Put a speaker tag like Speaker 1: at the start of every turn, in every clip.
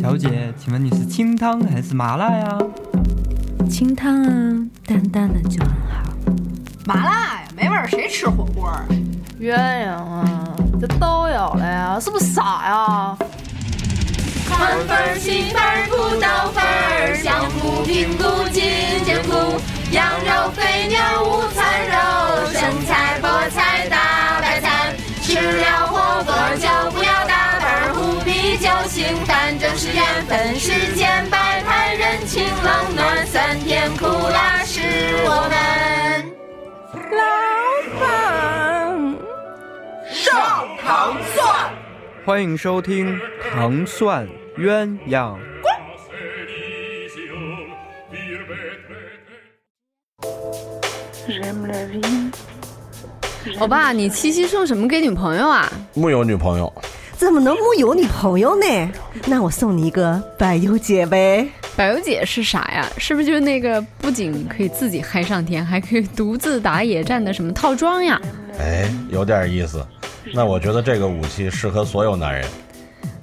Speaker 1: 小姐，请问你是清汤还是麻辣呀？
Speaker 2: 清汤啊，淡淡的就很好。
Speaker 3: 麻辣呀，没味儿，谁吃火锅啊？
Speaker 4: 鸳鸯啊，这都有了呀，是不是傻呀？
Speaker 5: 三分儿、七分儿、不到分儿，相互评估进监估。羊肉、肥牛、午餐肉，生菜、菠菜、大白菜。吃了火锅就不要打盹儿，胡啤酒行，反正是缘分。世间百态，人情冷暖，酸甜苦辣是我们。
Speaker 1: 欢迎收听《糖蒜鸳鸯》。
Speaker 6: 欧巴，你七夕送什么给女朋友啊？
Speaker 7: 木有女朋友，
Speaker 8: 怎么能木有女朋友呢？那我送你一个百优姐呗。
Speaker 6: 柏油姐是啥呀？是不是就是那个不仅可以自己嗨上天，还可以独自打野战的什么套装呀？
Speaker 7: 哎，有点意思。那我觉得这个武器适合所有男人。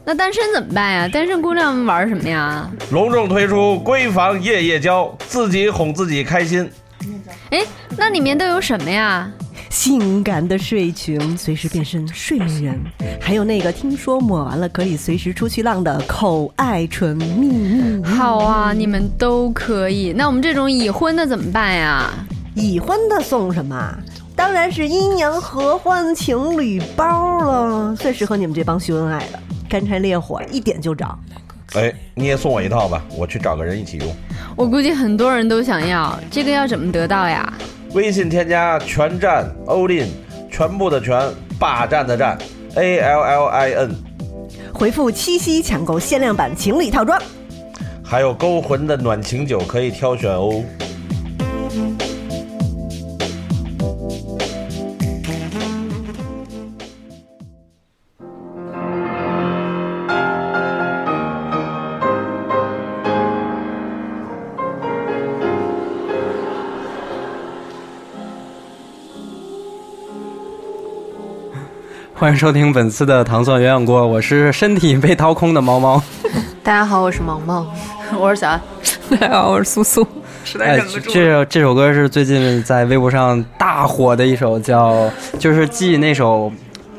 Speaker 6: 那单身怎么办呀？单身姑娘玩什么呀？
Speaker 7: 隆重推出闺房夜夜交，自己哄自己开心。
Speaker 6: 哎，那里面都有什么呀？
Speaker 8: 性感的睡裙随时变身睡美人，还有那个听说抹完了可以随时出去浪的口爱唇蜜蜜。
Speaker 6: 好啊，你们都可以。那我们这种已婚的怎么办呀？
Speaker 8: 已婚的送什么？当然是阴阳合欢情侣包了，最适合你们这帮秀恩爱的，干柴烈火一点就着。
Speaker 7: 哎，你也送我一套吧，我去找个人一起用。
Speaker 6: 我估计很多人都想要，这个要怎么得到呀？
Speaker 7: 微信添加全站 Olin，全部的全，霸占的占，A L L I N，
Speaker 8: 回复七夕抢购限量版情侣套装。
Speaker 7: 还有勾魂的暖情酒可以挑选哦。
Speaker 1: 欢迎收听本次的《糖蒜鸳鸯锅》，我是身体被掏空的猫猫。
Speaker 4: 大家好，我是毛 毛，我是小安。
Speaker 9: 大家好，我是苏苏。实在
Speaker 1: 哎
Speaker 9: 忍不，住了，
Speaker 1: 这这首歌是最近在微博上大火的一首，叫就是继那首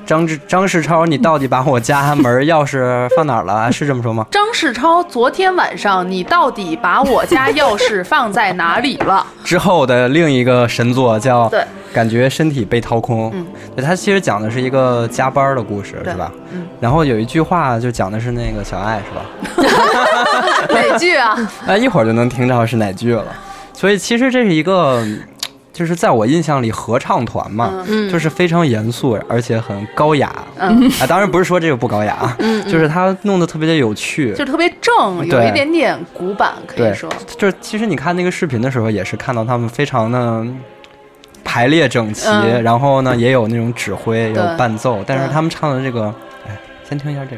Speaker 1: 张志张世超，你到底把我家门钥匙放哪儿了？是这么说吗？
Speaker 4: 张世超，昨天晚上你到底把我家钥匙放在哪里了？
Speaker 1: 之后的另一个神作叫
Speaker 4: 对
Speaker 1: 感觉身体被掏空。
Speaker 4: 嗯
Speaker 1: 对，它其实讲的是一个加班的故事，
Speaker 4: 对
Speaker 1: 是吧？
Speaker 4: 嗯
Speaker 1: 然后有一句话就讲的是那个小爱，是吧？
Speaker 4: 哪句啊？
Speaker 1: 啊，一会儿就能听到是哪句了。所以其实这是一个，就是在我印象里合唱团嘛，
Speaker 10: 嗯
Speaker 1: 就是非常严肃，而且很高雅。
Speaker 4: 嗯
Speaker 1: 啊，当然不是说这个不高雅啊，就是它弄得特别的有趣。
Speaker 4: 嗯就特别正，有
Speaker 1: 对
Speaker 4: 一点点古板，可
Speaker 1: 对
Speaker 4: 以说。，
Speaker 1: 就是其实你看那个视频的时候，也是看到他们非常的排列整齐，
Speaker 4: 嗯
Speaker 1: 然后呢也有那种指挥，有
Speaker 4: 对
Speaker 1: 伴奏，但是
Speaker 4: 对
Speaker 1: 他们唱的这个，哎，先听一下这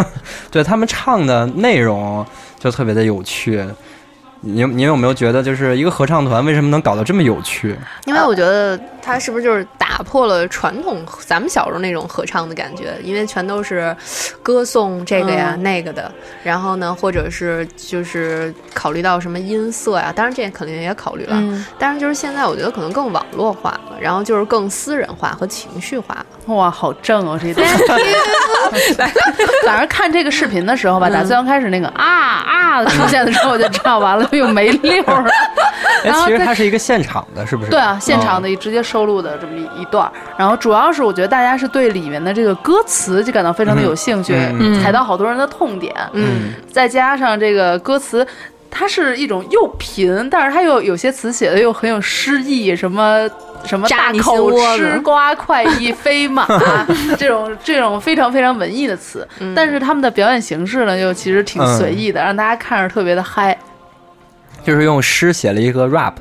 Speaker 1: 个， 对他们唱的内容就特别的有趣。你你有没有觉得，就是一个合唱团为什么能搞得这么有趣？
Speaker 9: 因为我觉得他是不是就是打破了传统咱们小时候那种合唱的感觉？因为全都是歌颂这个呀、
Speaker 4: 嗯
Speaker 9: 那个的，然后呢，或者是就是考虑到什么音色呀，当然这肯定也考虑了，
Speaker 4: 嗯，
Speaker 9: 但是就是现在我觉得可能更网络化了，然后就是更私人化和情绪化。
Speaker 4: 哇，好正哦，这段。 早上看这个视频的时候吧，
Speaker 1: 嗯
Speaker 4: 打算开始那个啊啊出现的时候，我就知道完了又没溜儿了。
Speaker 1: 哎
Speaker 4: 然，后
Speaker 1: 其实
Speaker 4: 再
Speaker 1: 它是一个现场的，是不嗯是？
Speaker 4: 对啊，现场
Speaker 1: 的。
Speaker 4: 的一直接收录的这么一一段儿，然后主要是我觉得大家是对里面的这个歌词就感到非常的有兴趣，
Speaker 1: 嗯
Speaker 4: 踩到好多人的痛点，
Speaker 9: 嗯，
Speaker 4: 再加上这个歌词。它是一种又贫，但是它又有些词写的又很有诗意，什么什么
Speaker 9: 扎
Speaker 4: 大
Speaker 9: 你心
Speaker 4: 口
Speaker 9: 窝子
Speaker 4: 吃瓜快意飞 马这种这种非常非常文艺的词，但是他们的表演形式呢，又其实挺
Speaker 1: 嗯
Speaker 4: 随意的，让大家看着特别的嗨。
Speaker 1: 就是用诗写了一个 rap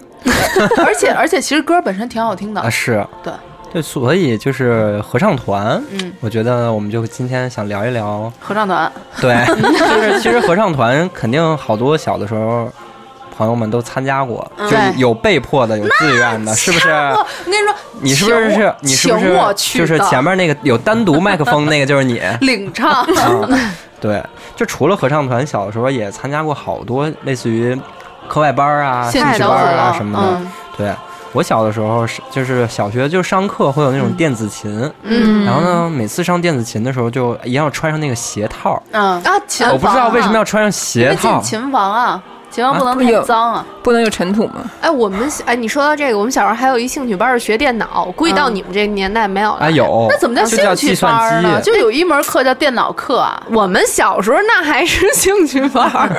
Speaker 4: 而且而且其实歌本身挺好听的
Speaker 1: 啊，，是
Speaker 4: 对
Speaker 1: 对，所以就是合唱团，
Speaker 4: 嗯，
Speaker 1: 我觉得我们就今天想聊一 聊，
Speaker 4: 合唱团
Speaker 1: 对，就是其实合唱团肯定好多小的时候。朋友们都参加过，
Speaker 4: 嗯
Speaker 1: 就
Speaker 4: 对
Speaker 1: 有被迫的，有自愿的，是不是？
Speaker 4: 我我跟你说，
Speaker 1: 你是不是
Speaker 4: 请我
Speaker 1: 是？你是不
Speaker 4: 请
Speaker 1: 是
Speaker 4: 我去
Speaker 1: 就
Speaker 4: 的
Speaker 1: 是前面那个有单独麦克风那个就是 你？
Speaker 4: 领唱？
Speaker 1: 啊，对，就除了合唱团，小的时候也参加过好多类似于课外班儿啊、兴
Speaker 4: 兴
Speaker 1: 趣
Speaker 4: 趣
Speaker 1: 班
Speaker 4: 班
Speaker 1: 儿
Speaker 4: 儿
Speaker 1: 啊
Speaker 4: 啊
Speaker 1: 什么的。
Speaker 4: 嗯
Speaker 1: 对我小的时候是就是小学就上课会有那种电子琴，
Speaker 4: 嗯
Speaker 1: 然后呢，每次上电子琴的时候就一定要穿上那个鞋套儿。
Speaker 4: 嗯，
Speaker 9: 啊，琴
Speaker 1: 我不知
Speaker 9: 房
Speaker 1: 道为
Speaker 9: 啊
Speaker 1: 什么要穿上
Speaker 4: 因
Speaker 1: 鞋
Speaker 4: 为进
Speaker 1: 套，
Speaker 4: 琴房啊，琴房不能
Speaker 10: 啊有
Speaker 4: 太脏啊。
Speaker 10: 不能有尘土吗？
Speaker 9: 哎，我们小哎，你说到这个，我们小时候还有一兴趣班是学电脑，估计到
Speaker 4: 嗯
Speaker 9: 你们这个年代没有了。
Speaker 1: 哎，有，
Speaker 4: 那怎么叫
Speaker 1: 就叫计
Speaker 4: 兴趣
Speaker 1: 算
Speaker 4: 班呢？
Speaker 1: 机？
Speaker 4: 就有一门课叫电脑课啊，
Speaker 9: 我们小时候那还是兴趣班儿，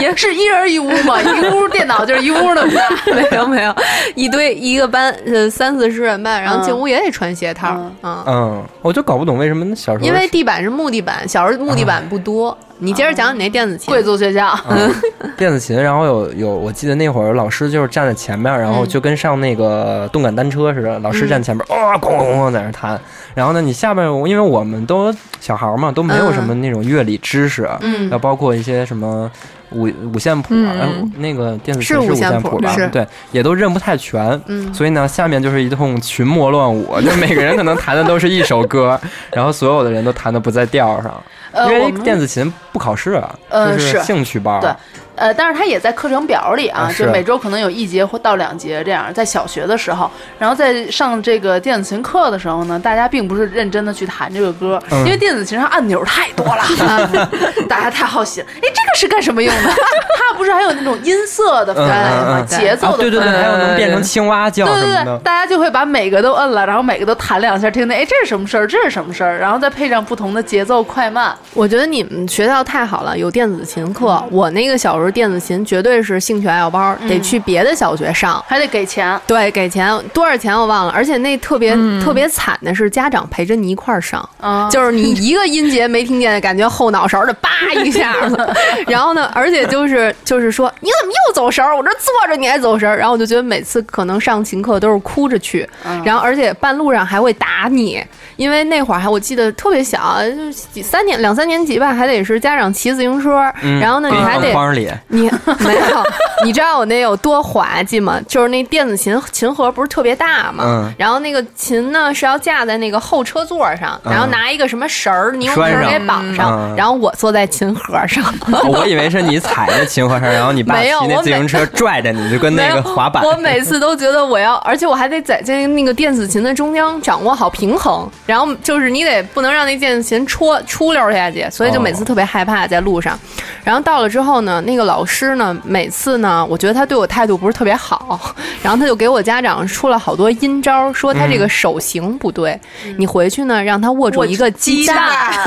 Speaker 4: 也是一人一屋嘛，一个 屋电脑就是一屋的大。
Speaker 9: 没有没有，一堆一个班呃三四十人吧，然后进
Speaker 4: 嗯
Speaker 9: 屋也得穿鞋套，
Speaker 4: 嗯
Speaker 9: 嗯，
Speaker 1: 嗯，我就搞不懂为什么小时候
Speaker 9: 因为地板是木地板，小时候木地板不多。你接着讲你那电子琴，
Speaker 4: 嗯贵族学校，
Speaker 1: 嗯，电子琴，然后有有，我记得那会儿老师就是站在前面，然后
Speaker 4: 嗯
Speaker 1: 就跟上那个动感单车似的，老师站前面，哇、咣咣咣咣在那弹。然后呢，你下边，因为我们都小孩嘛，都
Speaker 4: 嗯
Speaker 1: 没有什么那种乐理知识，啊
Speaker 9: 嗯
Speaker 1: 要包括一些什么五五线谱啊，
Speaker 10: 嗯
Speaker 1: 哎那个电子琴
Speaker 9: 是
Speaker 1: 五
Speaker 9: 五线
Speaker 1: 线
Speaker 9: 谱
Speaker 1: 吧
Speaker 9: 是？
Speaker 1: 对，也都认不太全。
Speaker 9: 嗯
Speaker 1: 所以呢，下面就是一通群魔乱舞，就每个人可能弹的都是一首歌， 然后所有的人都弹的不在调上，
Speaker 4: 呃，
Speaker 1: 因
Speaker 4: 我
Speaker 1: 为
Speaker 4: 们
Speaker 1: 电子琴不考试啊，
Speaker 4: 呃
Speaker 1: 就是
Speaker 4: 是
Speaker 1: 兴趣班儿。
Speaker 4: 对呃，但是它也在课程表里啊
Speaker 1: 啊，是
Speaker 4: 就每周可能有一节或到两节这样。在小学的时候，然后在上这个电子琴课的时候呢，大家并不是认真的去弹这个歌，
Speaker 1: 嗯
Speaker 4: 因为电子琴上按钮太 多了， 大家太好奇了。哎，这个是干什么用的？它不是还有那种音色的分类吗？
Speaker 1: 嗯嗯嗯
Speaker 4: 节奏
Speaker 1: 啊，
Speaker 4: 的
Speaker 1: 对
Speaker 4: 分
Speaker 1: 对
Speaker 4: 类。
Speaker 1: 对，还有
Speaker 9: 呃
Speaker 1: 能变成青蛙叫
Speaker 4: 对
Speaker 1: 什么
Speaker 4: 对对
Speaker 1: 的，。
Speaker 4: 大家就会把每个都摁了，然后每个都弹两下，听听，哎，这是什么事儿？这是什么事儿？然后再配上不同的节奏快慢，
Speaker 9: 我觉得你们学校太好了，有电子琴课。
Speaker 4: 嗯
Speaker 9: 我那个小时候电子琴绝对是兴趣爱好班儿，得去别的小学上。
Speaker 4: 还得给钱。
Speaker 9: 对，给钱多少钱我忘了，而且那特别、
Speaker 1: 嗯
Speaker 9: 特别惨的是家长陪着你一块儿上，
Speaker 1: 哦
Speaker 4: 啊
Speaker 9: 就是你一个音节没听见，感觉后脑勺的叭一下子， 然后呢，而且就是就是说你怎么又走神儿，我这坐着你还走神儿，然后我就觉得每次可能上琴课都是哭着去，
Speaker 1: 嗯
Speaker 9: 然后而且半路上还会打你，因为那会儿还我记得特别小，就是几三年两三年级吧，还得是家长骑自行车，
Speaker 1: 嗯
Speaker 9: 然后呢
Speaker 1: 给
Speaker 9: 你还
Speaker 1: 放
Speaker 9: 得
Speaker 1: 筐里，
Speaker 9: 你没有，你知道我那有多滑稽吗？就是那电子琴琴盒不是特别大嘛，
Speaker 1: 嗯
Speaker 9: 然后那个琴呢是要架在那个后车座上，
Speaker 1: 嗯
Speaker 9: 然后拿一个什么绳儿，你用绳
Speaker 1: 拴
Speaker 9: 儿
Speaker 1: 上
Speaker 9: 给绑上，
Speaker 1: 嗯
Speaker 9: 然后我坐在琴盒上。
Speaker 1: 哦我以为是你踩着秦淮山，然后你爸
Speaker 9: 没
Speaker 1: 骑
Speaker 9: 有
Speaker 1: 那
Speaker 9: 我
Speaker 1: 自行车拽着你，就跟
Speaker 9: 没
Speaker 1: 那
Speaker 9: 有
Speaker 1: 个滑板。
Speaker 9: 我每次都觉得我要，而且我还得在这那个电子琴的中央掌握好平衡，然后就是你得不能让那电子琴戳出溜下去，所以就每次特别害怕在路
Speaker 1: 哦
Speaker 9: 上。然后到了之后呢，那个老师呢，每次呢，我觉得他对我态度不是特别好，然后他就给我家长出了好多阴招，说他
Speaker 1: 嗯
Speaker 9: 这个手型不对，你回去呢让他握住一个鸡蛋。嗯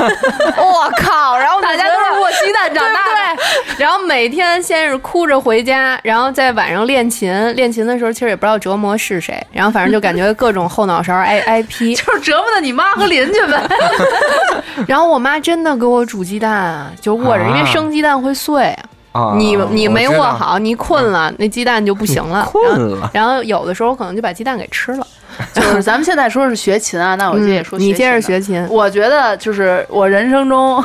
Speaker 9: 我靠！然
Speaker 4: 哦
Speaker 9: 后大家都是握 鸡蛋长大的，对然后每天先是哭着回家，然后在晚上练琴，练琴的时候其实也不知道折磨是谁，然后反正就感觉各种后脑勺 挨挨劈。
Speaker 4: 就是折磨的你妈和邻居呗。
Speaker 9: 然后我妈真的给我煮鸡蛋啊，就握着，
Speaker 1: 啊
Speaker 9: 因为生鸡蛋会碎，
Speaker 1: 啊
Speaker 9: 你你没
Speaker 1: 我知
Speaker 9: 握
Speaker 1: 道嗯
Speaker 9: 好，你困了，那鸡蛋就不行了。
Speaker 1: 困
Speaker 9: 然后
Speaker 1: 了
Speaker 9: 然后有的时候可能就把鸡蛋给吃了。
Speaker 4: 就是咱们现在说是学琴啊，那我接着说、
Speaker 9: 嗯你接着。学琴，
Speaker 4: 我觉得就是我人生中，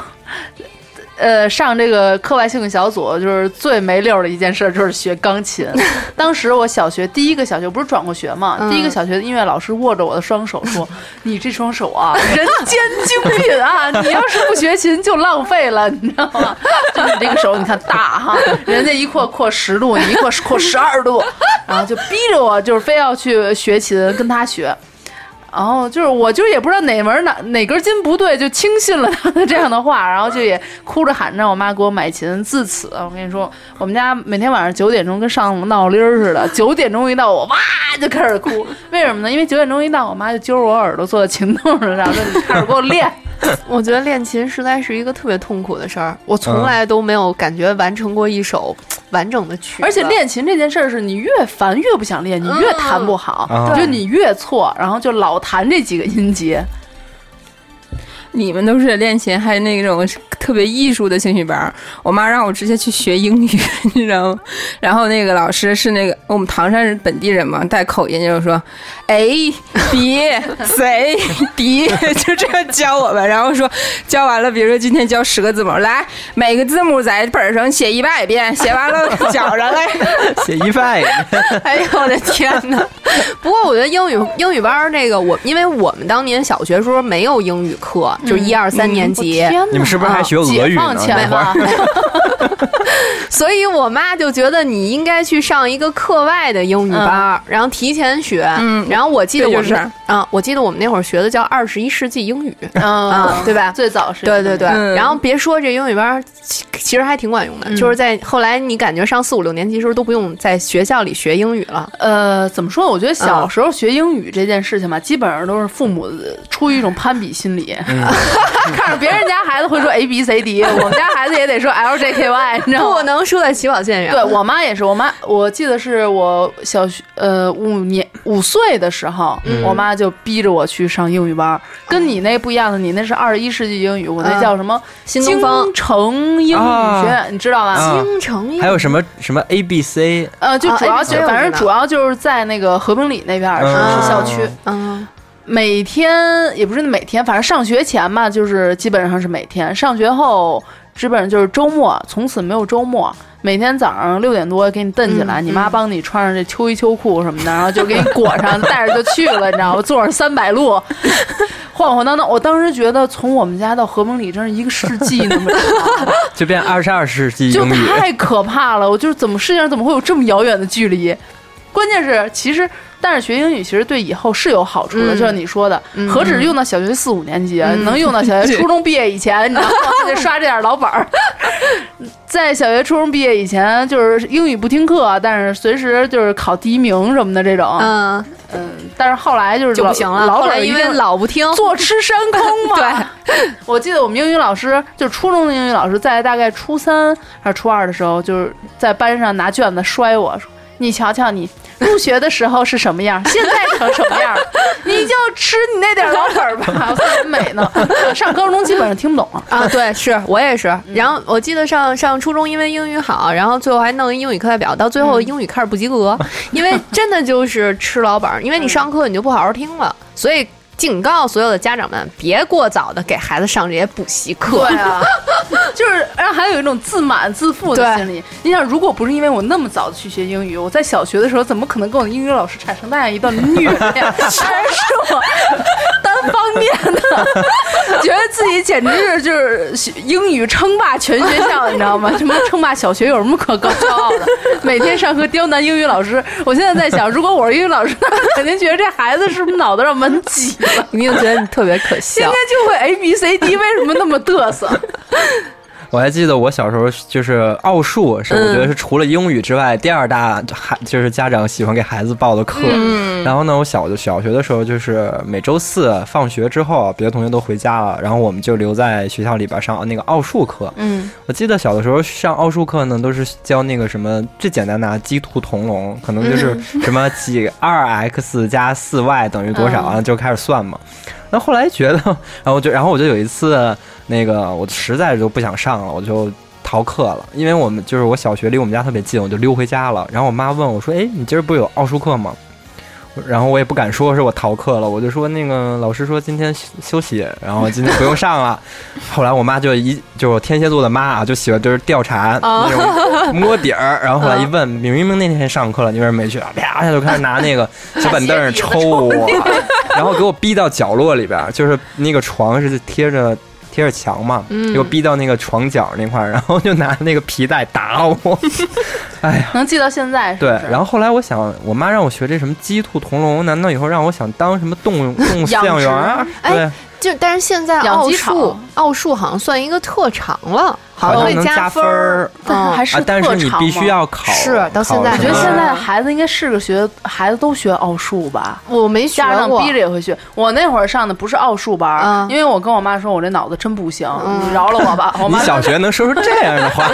Speaker 4: 呃，上这个课外兴趣小组就是最没溜儿的一件事，就是学钢 琴。当时我小学第一个小学不是转过学嘛，
Speaker 9: 嗯
Speaker 4: 第一个小学的音乐老师握着我的双手 说：“你这双手啊，人间精品啊！ 你要是不学琴就浪费了， 你知道吗？就你这个手，你看大哈，人家一扩扩十度，你一扩扩十二度，然后就逼着我就是非要去学琴，跟他学。”然后哦就是，我就是也不知道哪门哪哪根筋不对，就轻信了他的这样的话，然后就也哭着喊着让我妈给我买琴。自此，我跟你说，我们家每天晚上九点钟跟上闹铃儿似的，九点钟一到我哇就开始哭，为什么呢？因为九点钟一到，我妈就揪着我耳朵坐在琴凳上，然后说你开始给我 练。
Speaker 9: 我觉得练琴实在是一个特别痛苦的事儿，我
Speaker 1: 嗯
Speaker 9: 从来都没有感觉完成过一首完整的曲子，
Speaker 4: 而且练琴这件事儿是你越烦越不想练，你越弹不好，
Speaker 1: 嗯
Speaker 4: 就你越错，然后就老弹这几个音节。
Speaker 10: 你们都是练琴还那种
Speaker 9: 特别艺术的兴趣班儿，我妈让我直接去学英语， 你知道吗？然后那个老师是那个我们唐山人本地人嘛，带口音就是说，哎，别 谁敌，就这样教我们。然后说教完了，比如说今天教十个字母，来每个字母在本上写一百遍，写完了绞上来。
Speaker 1: 写一拜，
Speaker 9: 哎呦我的天哪！不过我觉得英语英语班儿那个我，因为我们当年小学时候没有英语课，就是一二
Speaker 4: 嗯
Speaker 9: 三年级。
Speaker 1: 你们是不是还学俄语
Speaker 4: 解
Speaker 1: 呢
Speaker 4: 放？前
Speaker 1: 那会
Speaker 4: 嘛
Speaker 1: 儿，
Speaker 9: 所以我妈就觉得你应该去上一个课外的英语班儿，然后提前学。
Speaker 4: 嗯
Speaker 9: 然后我记得我
Speaker 4: 这就是
Speaker 9: 们啊，我记得我们那会儿学的叫二十一世纪英语啊
Speaker 4: 啊，
Speaker 9: 对吧？
Speaker 4: 最早是
Speaker 9: 对对对，
Speaker 4: 嗯
Speaker 9: 然后别说这英语班儿，其其实还挺管用的，
Speaker 4: 嗯
Speaker 9: 就是在后来你感觉上四五六年级时候都不用在学校里学英语了。
Speaker 4: 呃，怎么说？我觉得小
Speaker 9: 嗯
Speaker 4: 时候学英语这件事情吧，基本上都是父母呃出于一种攀比心理，
Speaker 9: 嗯
Speaker 4: 看着别人家孩子会说 A B C D，我们家孩子也得说 L J K Y，你知道吗
Speaker 9: 不？能输在起跑线上。
Speaker 4: 对我妈也是，我妈我记得是我小学呃五年五岁的时候，
Speaker 9: 嗯
Speaker 4: 我妈就逼着我去上英语班儿，跟你那不一样的，你那是二十一世纪英语，我那
Speaker 9: 嗯
Speaker 4: 叫什么
Speaker 9: 新东方
Speaker 4: 京城英语
Speaker 1: 啊
Speaker 4: 学院，你知道吧？
Speaker 1: 啊
Speaker 9: 京城英语
Speaker 1: 还有什么什么 A B C，
Speaker 4: 呃，就
Speaker 9: 啊
Speaker 4: 主要
Speaker 9: ABC
Speaker 4: 就、
Speaker 9: 我
Speaker 4: 反
Speaker 9: 知
Speaker 4: 正
Speaker 9: 道
Speaker 4: 主要就是在那个和平里那边儿是、
Speaker 1: 嗯
Speaker 4: 是校区，
Speaker 9: 嗯
Speaker 4: 每天也不是每天，反正上学前吧，就是基本上是每天，上学后基本上就是周末，从此没有周末。每天早上六点多给你蹬起来，
Speaker 9: 嗯
Speaker 4: 你妈帮你穿上这秋衣秋裤什么的，然后就给你裹上，带着就去了，你知道吗？坐上三百路， 晃晃荡荡。我当时觉得从我们家到和平里真是一个世纪那么长，
Speaker 1: 就变二十二世纪
Speaker 4: 就
Speaker 1: 英语。
Speaker 4: 太可怕了。我就是怎么世界上怎么会有这么遥远的距离？关键是，其实但是学英语其实对以后是有好处的，
Speaker 9: 嗯
Speaker 4: 就像你说的，
Speaker 9: 嗯
Speaker 4: 何止用到小学四五年级，
Speaker 9: 嗯
Speaker 4: 能用到小学初中毕业以前，你知道吗？ 还得刷这点老板儿。在小学初中毕业以前，就是英语不听课，但是随时就是考第一名什么的这种。
Speaker 9: 嗯，
Speaker 4: 嗯，但是后来就是
Speaker 9: 就
Speaker 4: 老
Speaker 9: 不行了。
Speaker 4: 老
Speaker 9: 后
Speaker 4: 本
Speaker 9: 来
Speaker 4: 儿一
Speaker 9: 因
Speaker 4: 定
Speaker 9: 为老不听，
Speaker 4: 坐吃山空嘛。对，我记得我们英语老师，就是初中的英语老师，在大概初三还是初二的时候，就是在班上拿卷子摔我说。你瞧瞧你，入学的时候是什么样，现在成什么样，你就吃你那点老本儿吧，我才美呢。我上高中基本上听不懂了，
Speaker 9: 啊，对，是我也是。然后我记得上上初中，因为英语好，然后最后还弄一英语课代表，到最后英语开始不及 格，因为真的就是吃老本儿，因为你上课你就不好好听了，所以。警告所有的家长们，别过早的给孩子上这些补习课。
Speaker 4: 啊，就是让还有一种自满自负的
Speaker 9: 对
Speaker 4: 心理。你想，如果不是因为我那么早去学英语，我在小学的时候怎么可能跟我的英语老师产生那样一段虐 恋？当然是我单方面的， 觉得自己简直就是学英语称霸全学校，你知道吗？什么称霸小学有什么可高骄傲的？每天上课刁难英语老师，我现在在想，如果我是英语老师，那肯定觉得这孩子是不是脑袋让门挤了？
Speaker 9: 一定觉得你特别 可
Speaker 4: 天
Speaker 9: 笑
Speaker 4: 天。就会 A B C D，为什么那么嘚瑟？
Speaker 1: 我还记得我小时候就是奥数是我觉得是除了英语之外第二大孩就是家长喜欢给孩子报的课。然后呢，我小的小学的时候就是每周四放学之后，别的同学都回家了，然后我们就留在学校里边上那个奥数课。
Speaker 4: 嗯，
Speaker 1: 我记得小的时候上奥数课呢，都是教那个什么最简单的啊鸡兔同笼，可能就是什么几二 x 加四 y 等于多少啊，就开始算嘛。那后来觉得，然后我就然后我就有一次那个我实在就不想上了，我就。逃课了，因为我们就是我小学离我们家特别近，我就溜回家了。然后我妈问我说：“哎，你今儿不是有奥数课吗？”然后我也不敢说是我逃课了，我就说那个老师说今天休休息，然后今天不用上了。后来我妈就一就是我天蝎座的妈啊，就喜欢就是调查那种摸底儿，然后后来一问，明明那天上课了，你为什么没去啊？啪一下就开始拿那个小板凳儿抽我，然后给我逼到角落里边儿，就是那个床是贴着。贴着墙嘛，给我逼到那个床角那块儿，然后就拿那个皮带打我。哎呀，
Speaker 4: 能记到现在是不
Speaker 1: 对
Speaker 4: 是。，
Speaker 1: 然后后来我想，我妈让我学这什么鸡兔同笼，难道以后让我想当什么动物动物饲养员儿？
Speaker 9: 哎
Speaker 1: 对，
Speaker 9: 就但是现在
Speaker 4: 养
Speaker 9: 奥
Speaker 4: 鸡
Speaker 9: 数
Speaker 4: 场
Speaker 9: 奥数好像算一个特长了，
Speaker 1: 好
Speaker 9: 像
Speaker 1: 像
Speaker 9: 会
Speaker 1: 能加分
Speaker 9: 分
Speaker 1: 儿。
Speaker 4: 但
Speaker 9: 嗯
Speaker 4: 还是
Speaker 1: 啊，但
Speaker 4: 特
Speaker 1: 是你
Speaker 4: 长
Speaker 1: 必须
Speaker 4: 嘛。
Speaker 1: 要考，
Speaker 9: 是到现
Speaker 1: 考
Speaker 9: 在
Speaker 4: 我
Speaker 1: 什
Speaker 4: 觉得
Speaker 1: 么
Speaker 4: 现在孩子应该是个学，孩子都学奥数吧。
Speaker 9: 我没学
Speaker 4: 家长
Speaker 9: 过
Speaker 4: 逼着也会学。我那会儿上的不是奥数班儿，
Speaker 9: 嗯
Speaker 4: 因为我跟我妈说，我这脑子真不行，你饶了我吧。 我
Speaker 1: 你
Speaker 4: 妈
Speaker 1: 小
Speaker 4: 说，
Speaker 1: 学能说出这样的话？
Speaker 4: 我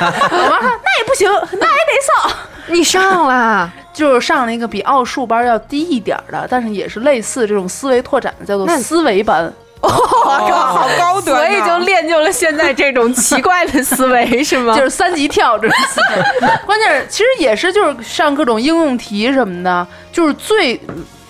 Speaker 4: 妈说那也不行，那也得上。
Speaker 9: 你上了，
Speaker 4: 就是上了一个比奥数班要低一点儿的，但是也是类似这种思维拓展的，叫做
Speaker 9: 那
Speaker 1: 哦
Speaker 4: 思维班。
Speaker 9: 好高端，所以就练就了就是现在这种 奇怪的思维是吗？
Speaker 4: 就是三级跳这种思 维。关键是，其实也是就是上各种应用题什么的，就是最，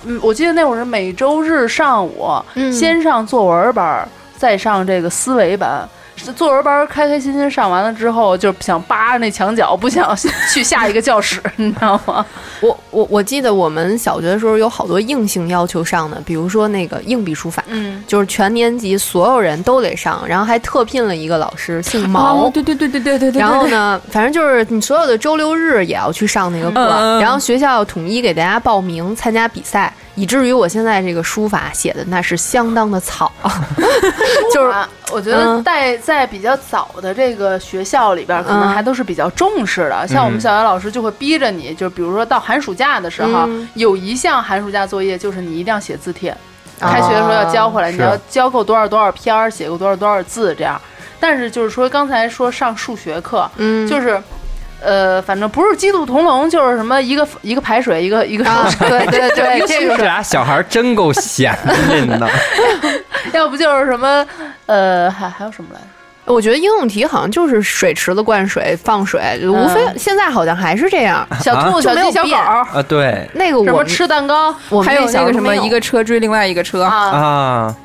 Speaker 4: 嗯，我记得那会儿是每周日上午，
Speaker 9: 嗯
Speaker 4: 先上作文班儿，再上这个思维班。作文班儿开开心心上完了之后，就想扒着那墙角，不想去下一个教室，你知道吗？
Speaker 9: 我我我记得我们小学的时候有好多硬性要求上的，比如说那个硬笔书法，
Speaker 4: 嗯，
Speaker 9: 就是全年级所有人都得上，然后还特聘了一个老师，姓毛。
Speaker 6: 哦对对对对对对对。
Speaker 9: 然后呢，反正就是你所有的周六日也要去上那个课，
Speaker 6: 嗯嗯嗯
Speaker 9: 然后学校统一给大家报名参加比赛，以至于我现在这个书法写的那是相当的草啊，就是
Speaker 4: 啊我觉得
Speaker 9: 嗯
Speaker 4: 在在比较早的这个学校里边儿，可能
Speaker 9: 嗯
Speaker 4: 还都是比较重视的。像我们
Speaker 1: 嗯
Speaker 4: 小学老师就会逼着你，就是比如说到寒暑假的时候，
Speaker 9: 嗯
Speaker 4: 有一项寒暑假作业就是你一定要写字帖，
Speaker 9: 啊
Speaker 4: 开学的时候要交回来，你
Speaker 1: 是
Speaker 4: 要交够多少多少篇儿，写够多少多少字这样。但是就是说刚才说上数学课，
Speaker 9: 嗯，
Speaker 4: 就是是。呃，反正不是鸡兔同笼，就是什么一个一个排水，一个一个
Speaker 9: 啊， 对对对，这
Speaker 1: 这
Speaker 9: 个
Speaker 1: 俩小孩真够闲的呢。
Speaker 4: 要不就是什么，呃，还还有什么来着？
Speaker 9: 我觉得应用题好像就是水池子灌水、放水，无非现在好像还是这样。
Speaker 4: 小兔、
Speaker 9: 就
Speaker 4: 小
Speaker 9: 没
Speaker 4: 鸡、
Speaker 9: 有
Speaker 4: 小
Speaker 9: 变
Speaker 4: 狗，
Speaker 1: 啊，对
Speaker 9: 那
Speaker 4: 嗯什
Speaker 9: 个我
Speaker 4: 么
Speaker 9: 们
Speaker 4: 吃蛋糕
Speaker 9: 我们
Speaker 10: 还有
Speaker 9: 小
Speaker 10: 那个
Speaker 9: 时
Speaker 10: 什
Speaker 9: 候
Speaker 10: 么
Speaker 9: 没有
Speaker 10: 一个车追另外一个车，
Speaker 4: 啊？
Speaker 1: 啊，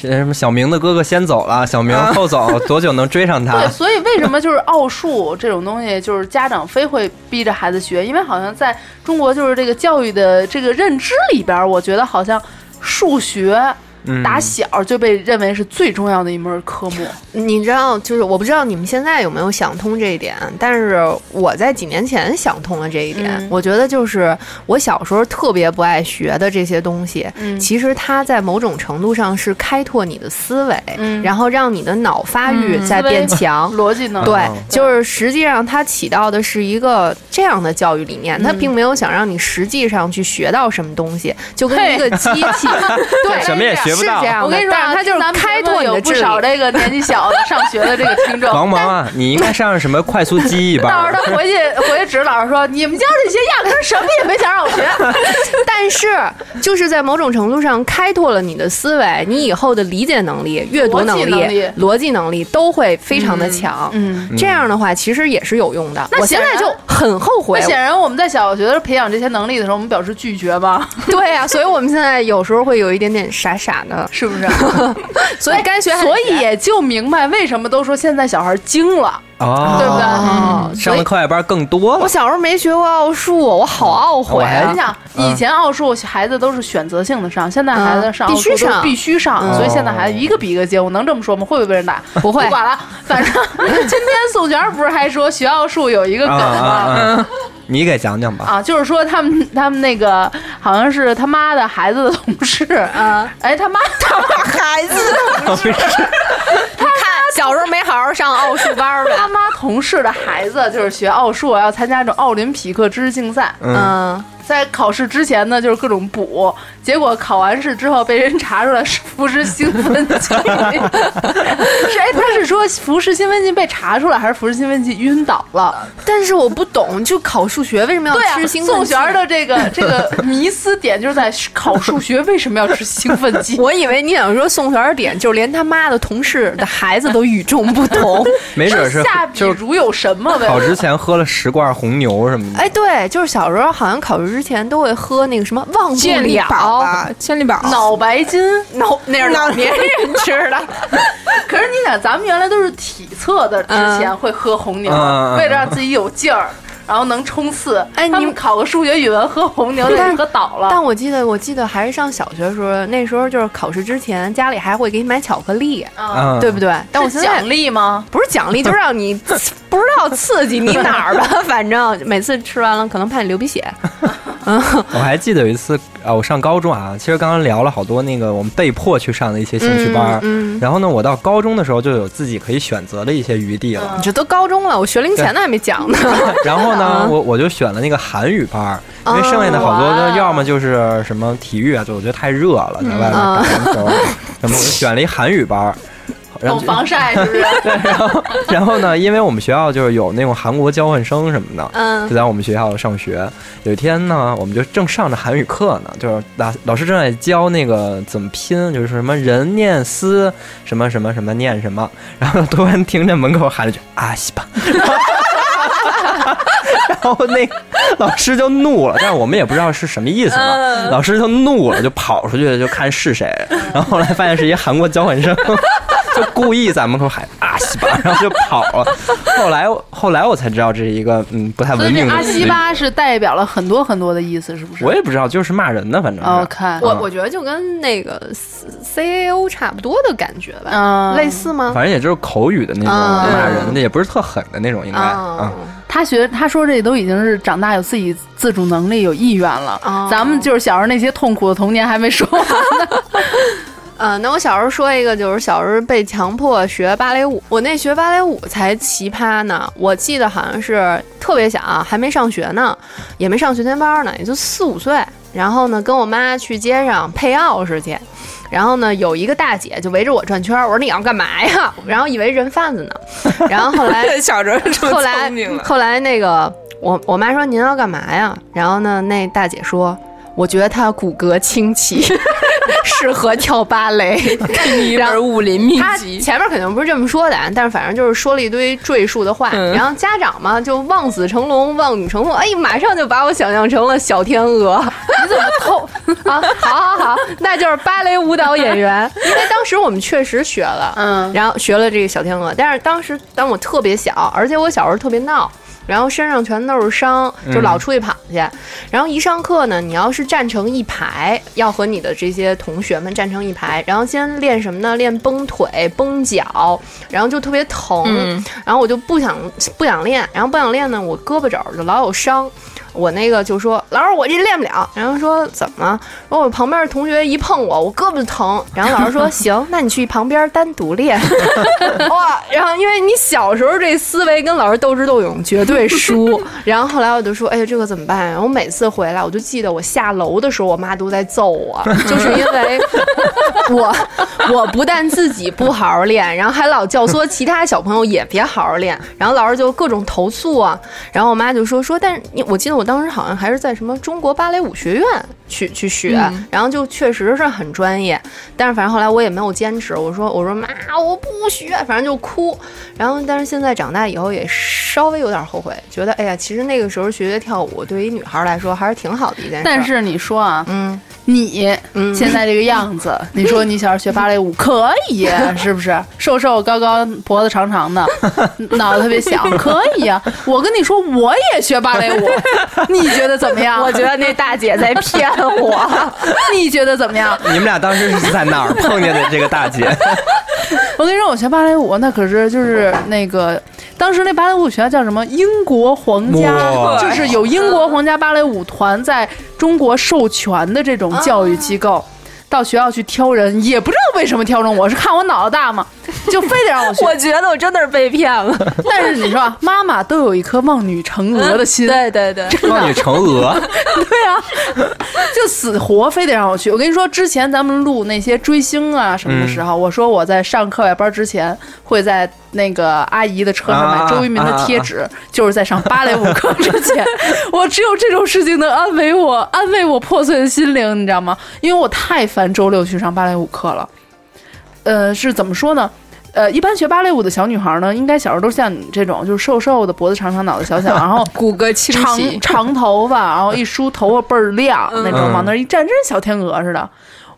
Speaker 1: 是什么小明的哥哥先走了，小明后走，多久能追上
Speaker 4: 啊对，
Speaker 1: 他？
Speaker 4: 所以为什么就是奥数这种东西，就是家长非会逼着孩子学？因为好像在中国就是这个教育的这个认知里边儿，我觉得好像数学
Speaker 1: 嗯
Speaker 4: 打小就被认为是最重要的一门科目。
Speaker 9: 你知道，就是我不知道你们现在有没有想通这一点，但是我在几年前想通了这一点。
Speaker 4: 嗯
Speaker 9: 我觉得就是我小时候特别不爱学的这些东西，
Speaker 4: 嗯
Speaker 9: 其实它在某种程度上是开拓你的思维，
Speaker 4: 嗯
Speaker 9: 然后让你的脑发育
Speaker 4: 嗯
Speaker 9: 在
Speaker 4: 思维
Speaker 9: 变强。
Speaker 4: 逻辑呢？
Speaker 9: 对
Speaker 1: 哦，
Speaker 9: 就是实际上它起到的是一个这样的教育理念，它
Speaker 4: 嗯
Speaker 9: 并没有想让你实际上去学到什么东西，就跟
Speaker 4: 嘿
Speaker 9: 一个机 器，对，
Speaker 1: 什么也学不
Speaker 9: 是
Speaker 1: 到
Speaker 9: 这样的。
Speaker 4: 我跟你说
Speaker 9: 但
Speaker 4: 啊，
Speaker 9: 是它就
Speaker 4: 咱
Speaker 9: 是
Speaker 4: 们
Speaker 9: 开拓你
Speaker 4: 有
Speaker 9: 的智
Speaker 4: 不
Speaker 9: 力。
Speaker 4: 少这个年纪小的上学的这个听众。
Speaker 1: 王忙啊，你应该上什么快速记忆
Speaker 4: 到
Speaker 1: 班
Speaker 4: 时？候他回去回去指老师说：“你们教这些压根儿什么也没想让我 学。
Speaker 9: 但是，就是在某种程度上开拓了你的思维，你以后的理解能力、阅读能
Speaker 4: 逻辑能力
Speaker 9: 逻辑能力都会非常的强”。
Speaker 4: 嗯，
Speaker 9: 这样的话，其实也是有用的。
Speaker 4: 那
Speaker 9: 我
Speaker 4: 显
Speaker 9: 现
Speaker 4: 然
Speaker 9: 在就很后
Speaker 4: 那
Speaker 9: 悔。
Speaker 4: 显然我们在小学的时候培养这些能力的时候，我们表示拒绝吧，
Speaker 9: 对啊，所以我们现在有时候会有一点点傻傻的，
Speaker 4: 是 不是？
Speaker 9: 所以该学还
Speaker 4: 哎
Speaker 9: 是
Speaker 4: 所以
Speaker 9: 学
Speaker 4: 也就明白为什么都说现在小孩精了，
Speaker 1: 哦，
Speaker 4: 对不对？
Speaker 9: 哦，
Speaker 1: 上的课外班更多
Speaker 9: 我
Speaker 1: 了。
Speaker 9: 小时候没学过奥数，我好懊悔
Speaker 1: 我
Speaker 9: 啊
Speaker 1: 还嗯
Speaker 4: 你！想，以前奥数孩子都是选择性的上，现在孩子上
Speaker 9: 嗯
Speaker 4: 奥数都
Speaker 9: 必须上
Speaker 4: 必须上，
Speaker 9: 嗯
Speaker 4: 所以现在孩子一个比一个精。我能这么说吗？会不会被人 打？
Speaker 9: 不会
Speaker 4: 不管了，反 正今天宋璇不是还说学奥数有一个
Speaker 1: 啊
Speaker 4: 梗
Speaker 1: 啊
Speaker 4: 吗？
Speaker 1: 啊！你给讲讲吧。
Speaker 4: 啊，就是说他们他们那个好像是他妈的孩子的同事，啊，哎他妈他
Speaker 8: 孩子，
Speaker 9: 啊小时候没好好上奥数班吧？
Speaker 4: 他妈同事的孩子就是学奥数，要参加这种奥林匹克知识竞赛，
Speaker 1: 嗯，
Speaker 9: 嗯，
Speaker 4: 在考试之前呢就是各种补，结果考完试之后被人查出来是服食兴奋 剂，是哎他是说服食兴奋剂被查出来，还是服食兴奋剂晕倒了？
Speaker 9: 但是我不懂，就考数学为什么
Speaker 4: 对
Speaker 9: 要
Speaker 4: 啊
Speaker 9: 吃，兴奋
Speaker 4: 宋
Speaker 9: 剂？
Speaker 4: 璇的这个这个迷思点就是在考数学为什么要吃兴奋剂？
Speaker 9: 我以为你想说宋璇儿点，就是连他妈的同事的孩子都与众不同。
Speaker 1: 没准是
Speaker 4: 下笔
Speaker 1: 就是
Speaker 4: 如有神嘛呗。
Speaker 1: 考之前喝了十罐红牛什么的。
Speaker 9: 哎，对，就是小时候好像考试之前都会喝那个什么忘不
Speaker 10: 健力宝
Speaker 9: 了，
Speaker 10: 吧，健力宝，
Speaker 4: 脑白金，
Speaker 9: 脑那是老年人吃 的。
Speaker 4: 可是你想，咱们原来都是体测的，之前会喝红牛，
Speaker 1: 嗯嗯嗯
Speaker 4: 为了让自己有劲儿，然后能冲刺。
Speaker 9: 哎
Speaker 4: 他
Speaker 9: 你
Speaker 4: 们考个数学、语文喝红牛，
Speaker 9: 但
Speaker 4: 得
Speaker 9: 是
Speaker 4: 喝倒了。
Speaker 9: 但我记得，我记得还是上小学的时候，那时候就是考试之前，家里还会给你买巧克力，
Speaker 1: 嗯，
Speaker 9: 哎对不对？但我
Speaker 4: 是
Speaker 9: 现在
Speaker 4: 奖励吗？
Speaker 9: 不是奖励，就让你不知道刺 激你哪 儿吧，反正每次吃完了可能怕你流鼻血。
Speaker 1: 我还记得有一次啊，我上高中啊，其实刚刚聊了好多那个我们被迫去上的一些兴趣班儿。
Speaker 9: 嗯，
Speaker 1: 然后呢，我到高中的时候就有自己可以选择的一些余地了。
Speaker 9: 嗯这都高中了，我学龄前的还没讲呢。
Speaker 1: 然后呢，
Speaker 9: 嗯
Speaker 1: 我我就选了那个韩语班儿，因为剩下的好多
Speaker 4: 哇
Speaker 1: 都要么就是什
Speaker 9: 嗯
Speaker 1: 啊么体育啊，就我觉得太热了，在外面打篮球，那么我就选了一韩语班儿。然后
Speaker 4: 懂
Speaker 1: 就
Speaker 9: 哦
Speaker 4: 防晒是不 是？
Speaker 1: 然后呢，因为我们学校就是有那种韩国交换生什么的，
Speaker 9: 嗯
Speaker 1: 就在我们学校上学。有一天呢，我们就正上着韩语课呢，就是老老师正在教那个怎么拼，就是什么人念思什么什么什么念什么，然后突然听见门口喊了一句“阿西吧”，然后那个老师就怒了，但是我们也不知道是什么意思
Speaker 4: 嗯
Speaker 1: 嘛，老师就怒了，就跑出去就看是谁，然后后来发现是一韩国交换生。 就故意在门口喊阿西吧，然后就跑了。后来后来我才知道这是一个嗯不太
Speaker 4: 所
Speaker 1: 文
Speaker 4: 以
Speaker 1: 明
Speaker 4: 这
Speaker 1: 的
Speaker 4: 阿
Speaker 1: 词
Speaker 4: 西
Speaker 1: 语，
Speaker 4: 巴是代表了很多很多的意思，是不是？
Speaker 1: 我也不知道，就是骂人的，反正是。
Speaker 4: 哦，看
Speaker 1: 嗯
Speaker 9: 我我觉得就跟那个 C A O 差不多的感觉吧，
Speaker 4: 嗯，
Speaker 9: 类似吗？
Speaker 1: 反正也就是口语的那种
Speaker 9: 啊
Speaker 1: 骂人的，也不是特狠的那种，应该啊
Speaker 4: 嗯
Speaker 9: 啊。
Speaker 4: 他学他说这都已经是长大有自己自主能力、有意愿了。
Speaker 9: 哦
Speaker 4: 咱们就是小时候那些痛苦的童年还没说完呢。
Speaker 9: 呃，那我小时候说一个，就是小时候被强迫学芭蕾舞。我那学芭蕾舞才奇葩呢，我记得好像是特别小啊，还没上学呢，也没上学前班呢，也就四五岁。然后呢，跟我妈去街上配钥匙去，然后呢，有一个大姐就围着我转圈儿，我说你要干嘛呀？ 然后以为人贩子呢，然后后 来
Speaker 10: 小时候 这
Speaker 9: 后
Speaker 10: 么
Speaker 9: 来
Speaker 10: 聪明了，
Speaker 9: 后来那个我我妈说您要干嘛呀？然后呢，那大姐说。我觉得她骨骼清 奇，适合跳芭蕾。
Speaker 10: 一
Speaker 9: 然后
Speaker 10: 本武林秘
Speaker 9: 她
Speaker 10: 籍，
Speaker 9: 前面肯定不是这么说的，啊，但是反正就是说了一堆赘述的话。
Speaker 10: 嗯
Speaker 9: 然后家长嘛，就望子成龙，望女成凤，哎，马上就把我想象成了小天鹅。你怎么偷 啊？好好好，那就是芭蕾舞蹈演员。因为当时我们确实学了，
Speaker 4: 嗯，
Speaker 9: 然后学了这个小天鹅，但是当时当我特别小，而且我小时候特别闹，然后身上全都是伤，就老出去跑去。然后一上课呢，你要是站成一排，要和你的这些同学们站成一排，然后先练什么呢？练绷腿、绷脚，然后就特别疼。
Speaker 10: 嗯
Speaker 9: 然后我就不想不想练，然后不想练呢，我胳膊肘儿就老有伤。我那个就说老师，我这练不了。然后说怎么了？然后我旁边的同学一碰我，我胳膊就疼。然后老师说 行，那你去旁边单独练。 哇！然后因为你小时候这思维跟老师斗智斗勇，绝对输。然后后来我就说，哎呀，这个怎么办呀？我每次回来，我就记得我下楼的时候，我妈都在揍我，就是因为我 我不但自己不好好练，然后还老教唆其他小朋友也别好好练，然后老师就各种投诉啊。然后我妈就说说，但是你我记得我当时好像还是在什么中国芭蕾舞学院去去学，
Speaker 4: 嗯
Speaker 9: 然后就确实是很专业，但是反正后来我也没有坚持，我说我说妈我不学，反正就哭。然后但是现在长大以后也稍微有点后悔，觉得哎呀，其实那个时候学学跳舞对于女孩来说还是挺好的一件事。
Speaker 4: 但是你说啊，
Speaker 9: 嗯，
Speaker 4: 你
Speaker 9: 嗯
Speaker 4: 现在这个样 子，你说你小时候学芭蕾舞可以，啊是不是？瘦瘦高高，脖子长长 的，脑袋特别小，可以啊。我跟你说，我也学芭蕾舞，你觉得怎么样？
Speaker 9: 我觉得那大姐在骗我。
Speaker 4: 你觉得怎么样？
Speaker 1: 你们俩当时是在哪儿碰见的这个大姐？
Speaker 4: 我跟你说，我学芭蕾舞那可是就是那个，当时那芭蕾舞学校叫什么？英国皇家，
Speaker 1: 哇
Speaker 4: 就是有英国皇家芭蕾舞团在中国授权的这种教育机构。到学校去挑人，也不知道为什么挑中我，是看我脑袋大吗？就非得让我学。
Speaker 10: 觉 得我真的是被骗了，
Speaker 4: 但是你说，啊，妈妈都有一颗望女成蛾的心，
Speaker 10: 对对对，
Speaker 1: 望女成蛾，
Speaker 4: 对啊， 就死活非得让我去。我跟你说，之前咱们录那些追星啊什么的时候，我说我在上课外班之前会在那个阿姨的车上买周渝民的贴纸，就是在上芭蕾舞课之前，我只有这种事情能安慰我，安慰我破碎的心灵，你知道吗？因为我太烦周六去上芭蕾舞课了。呃，是怎么说呢？呃，一般学芭蕾舞的小女孩呢，应该小时候都像你这种，就是瘦瘦的，脖子长长，脑袋小小，然后
Speaker 10: 骨骼清
Speaker 4: 长，
Speaker 10: 奇
Speaker 4: 长 头发，然后一梳头发倍儿亮那种，
Speaker 1: 嗯
Speaker 4: 往那儿一站，真是小天鹅似的。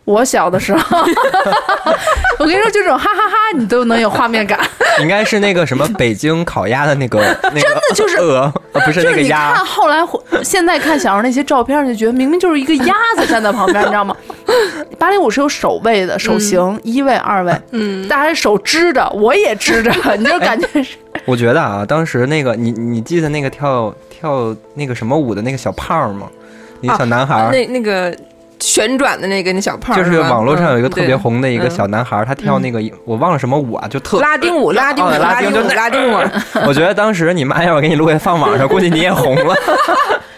Speaker 4: 我小的时候， 我跟你说，就这种哈哈哈你都能有画 面感。
Speaker 1: 应该是那个什么北京烤鸭的那个，那个、真的
Speaker 4: 就是
Speaker 1: 鹅，啊不是
Speaker 4: 就
Speaker 1: 那
Speaker 4: 是
Speaker 1: 个
Speaker 4: 你
Speaker 1: 鸭
Speaker 4: 看。后来回，现在看小时候那些照片，就觉得明明就是一个鸭子站在旁边，你知 道吗？芭蕾舞是有手位的，手型、一位、二位，嗯，大家手支着，我也支着，你就感觉 是
Speaker 1: 我觉得啊，当时那个你你记得那个跳跳那个什么舞的那个小胖儿吗？一个小男孩儿。
Speaker 10: 啊那那个旋转的那个那小胖儿
Speaker 1: 就
Speaker 10: 吧，
Speaker 1: 是网络上有一个
Speaker 10: 嗯
Speaker 1: 特别。红的一个
Speaker 10: 嗯
Speaker 1: 小男孩儿，他跳那个我忘了什么舞啊，就特
Speaker 10: 对拉丁舞，拉丁舞，
Speaker 1: 哦拉
Speaker 10: 拉
Speaker 1: 丁
Speaker 10: 丁舞，
Speaker 1: 就
Speaker 10: 拉丁舞，
Speaker 1: 我觉得当时你妈要是给你录下放网上，估计你也红了。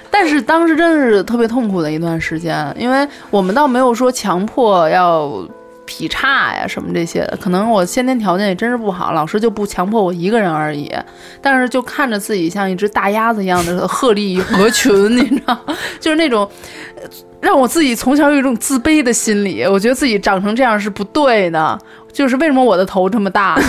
Speaker 4: 但是当时真是特别痛苦的一段时间，因为我们倒没有说强迫要劈叉呀什么这些的，可能我先天条件也真是不好，老师就不强迫我一个人而已。但是就看着自己像一只大鸭子一样的鹤立鹅群，你知道，就是那种呃让我自己从小有一种自卑的心理，我觉得自己长成这样是不对的。就是为什么我的头这么大？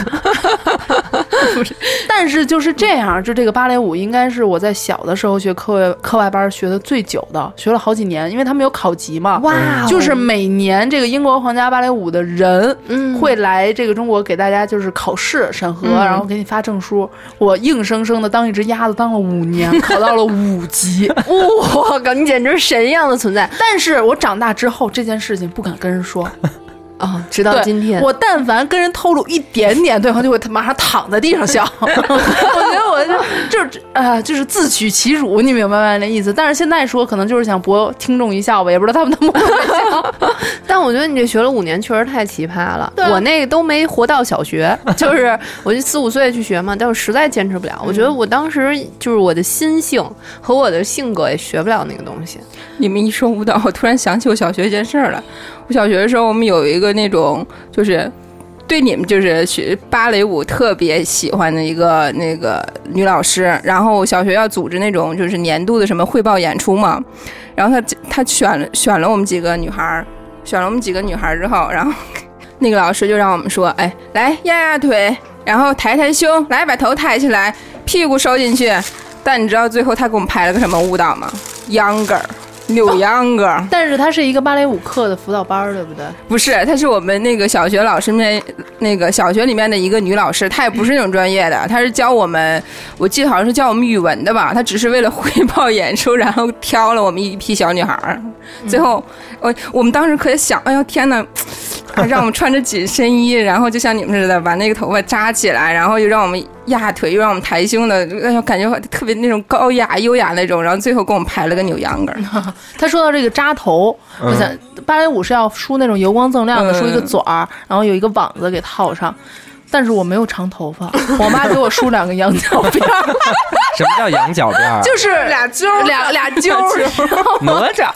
Speaker 4: 但是就是这样，就这个芭蕾舞应该是我在小的时候学课外课外班学的最久的，学了好几年，因为他们有考级嘛。
Speaker 9: 哇哦
Speaker 4: 就是每年这个英国皇家芭蕾舞的人 会来这个中国给大家就是考试审核，
Speaker 9: 嗯
Speaker 4: 然后给你发证书。我硬生生的当一只鸭子当了五年，考到了五级。
Speaker 9: 我靠，你简直是神一样的存在
Speaker 4: 但是我长大之后，这件事情不敢跟人说。
Speaker 9: 啊！直到
Speaker 4: 对
Speaker 9: 今天，
Speaker 4: 我但凡跟人透露一点点，对方就会马上躺在地上笑。我觉得我就就是呃，就是自取其辱，你明白吗？那意思。但是现在说，可能就是想博听众一笑吧，也不知道他们能不能笑。
Speaker 9: 但我觉得你这学了五年确实太奇葩了。
Speaker 4: 对啊
Speaker 9: 我那个都没活到 小学，就是我就四五岁去学嘛，但我实在坚持
Speaker 4: 嗯
Speaker 9: 不了。我觉得我当时就是我的心性和我的性格也学不了那个东西。
Speaker 10: 你们一说舞蹈，我突然想起我小学一件事儿来。我小学的时候，我们有一个那种就是。对你们就是学芭蕾舞特别喜欢的一个那个女老师，然后小学要组织那种就是年度的什么汇报演出嘛，然后她她选了选了我们几个女孩儿，选了我们几个女孩儿之后，然后那个老师就让我们说，哎，来压压腿，然后抬抬胸，来把头抬起来，屁股收进去。但你知道最后她给我们排了个什么舞蹈吗？Younger。扭秧歌儿
Speaker 4: 但是他是一个芭蕾舞课的辅导班儿，对不对？
Speaker 10: 不是，她是我们那个小学老师面那个小学里面的一个女老师，她也不是那种专业的，她是教我们，我记得好像是教我们语文的吧，她只是为了汇报演出，然后挑了我们一批小女孩儿。最后，我我们当时可想，哎呦天哪，啊让我们穿着紧身衣，然后就像你们似的把那个头发扎起来，然后又让我们压腿，又让我们抬胸的， 哎呦感觉特别那种高雅优雅那种，然后最后给我们排了个扭 秧歌儿。
Speaker 4: 他说到这个扎头，我想芭蕾舞是要梳那种油光锃亮的，梳一个卷儿，然后有一个网子给套上。但是我没有长头发，我妈给我梳两个羊角辫儿，
Speaker 1: 什么叫羊角辫儿？
Speaker 4: 啊就是俩
Speaker 10: 揪
Speaker 4: 俩俩揪儿，
Speaker 1: 哪吒。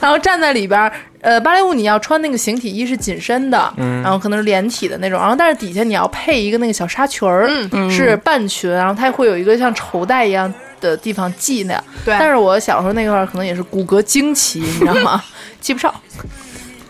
Speaker 4: 然后站在里边儿。呃，芭蕾舞你要穿那个形体衣是紧身的，
Speaker 1: 嗯
Speaker 4: 然后可能是连体的那种，然后但是底下你要配一个那个小纱裙儿，是半裙，然后它会有一个像绸带一样的地方系那样。
Speaker 9: 对
Speaker 4: 但是我小时候那块儿可能也是骨骼惊奇，你知道吗？系不上，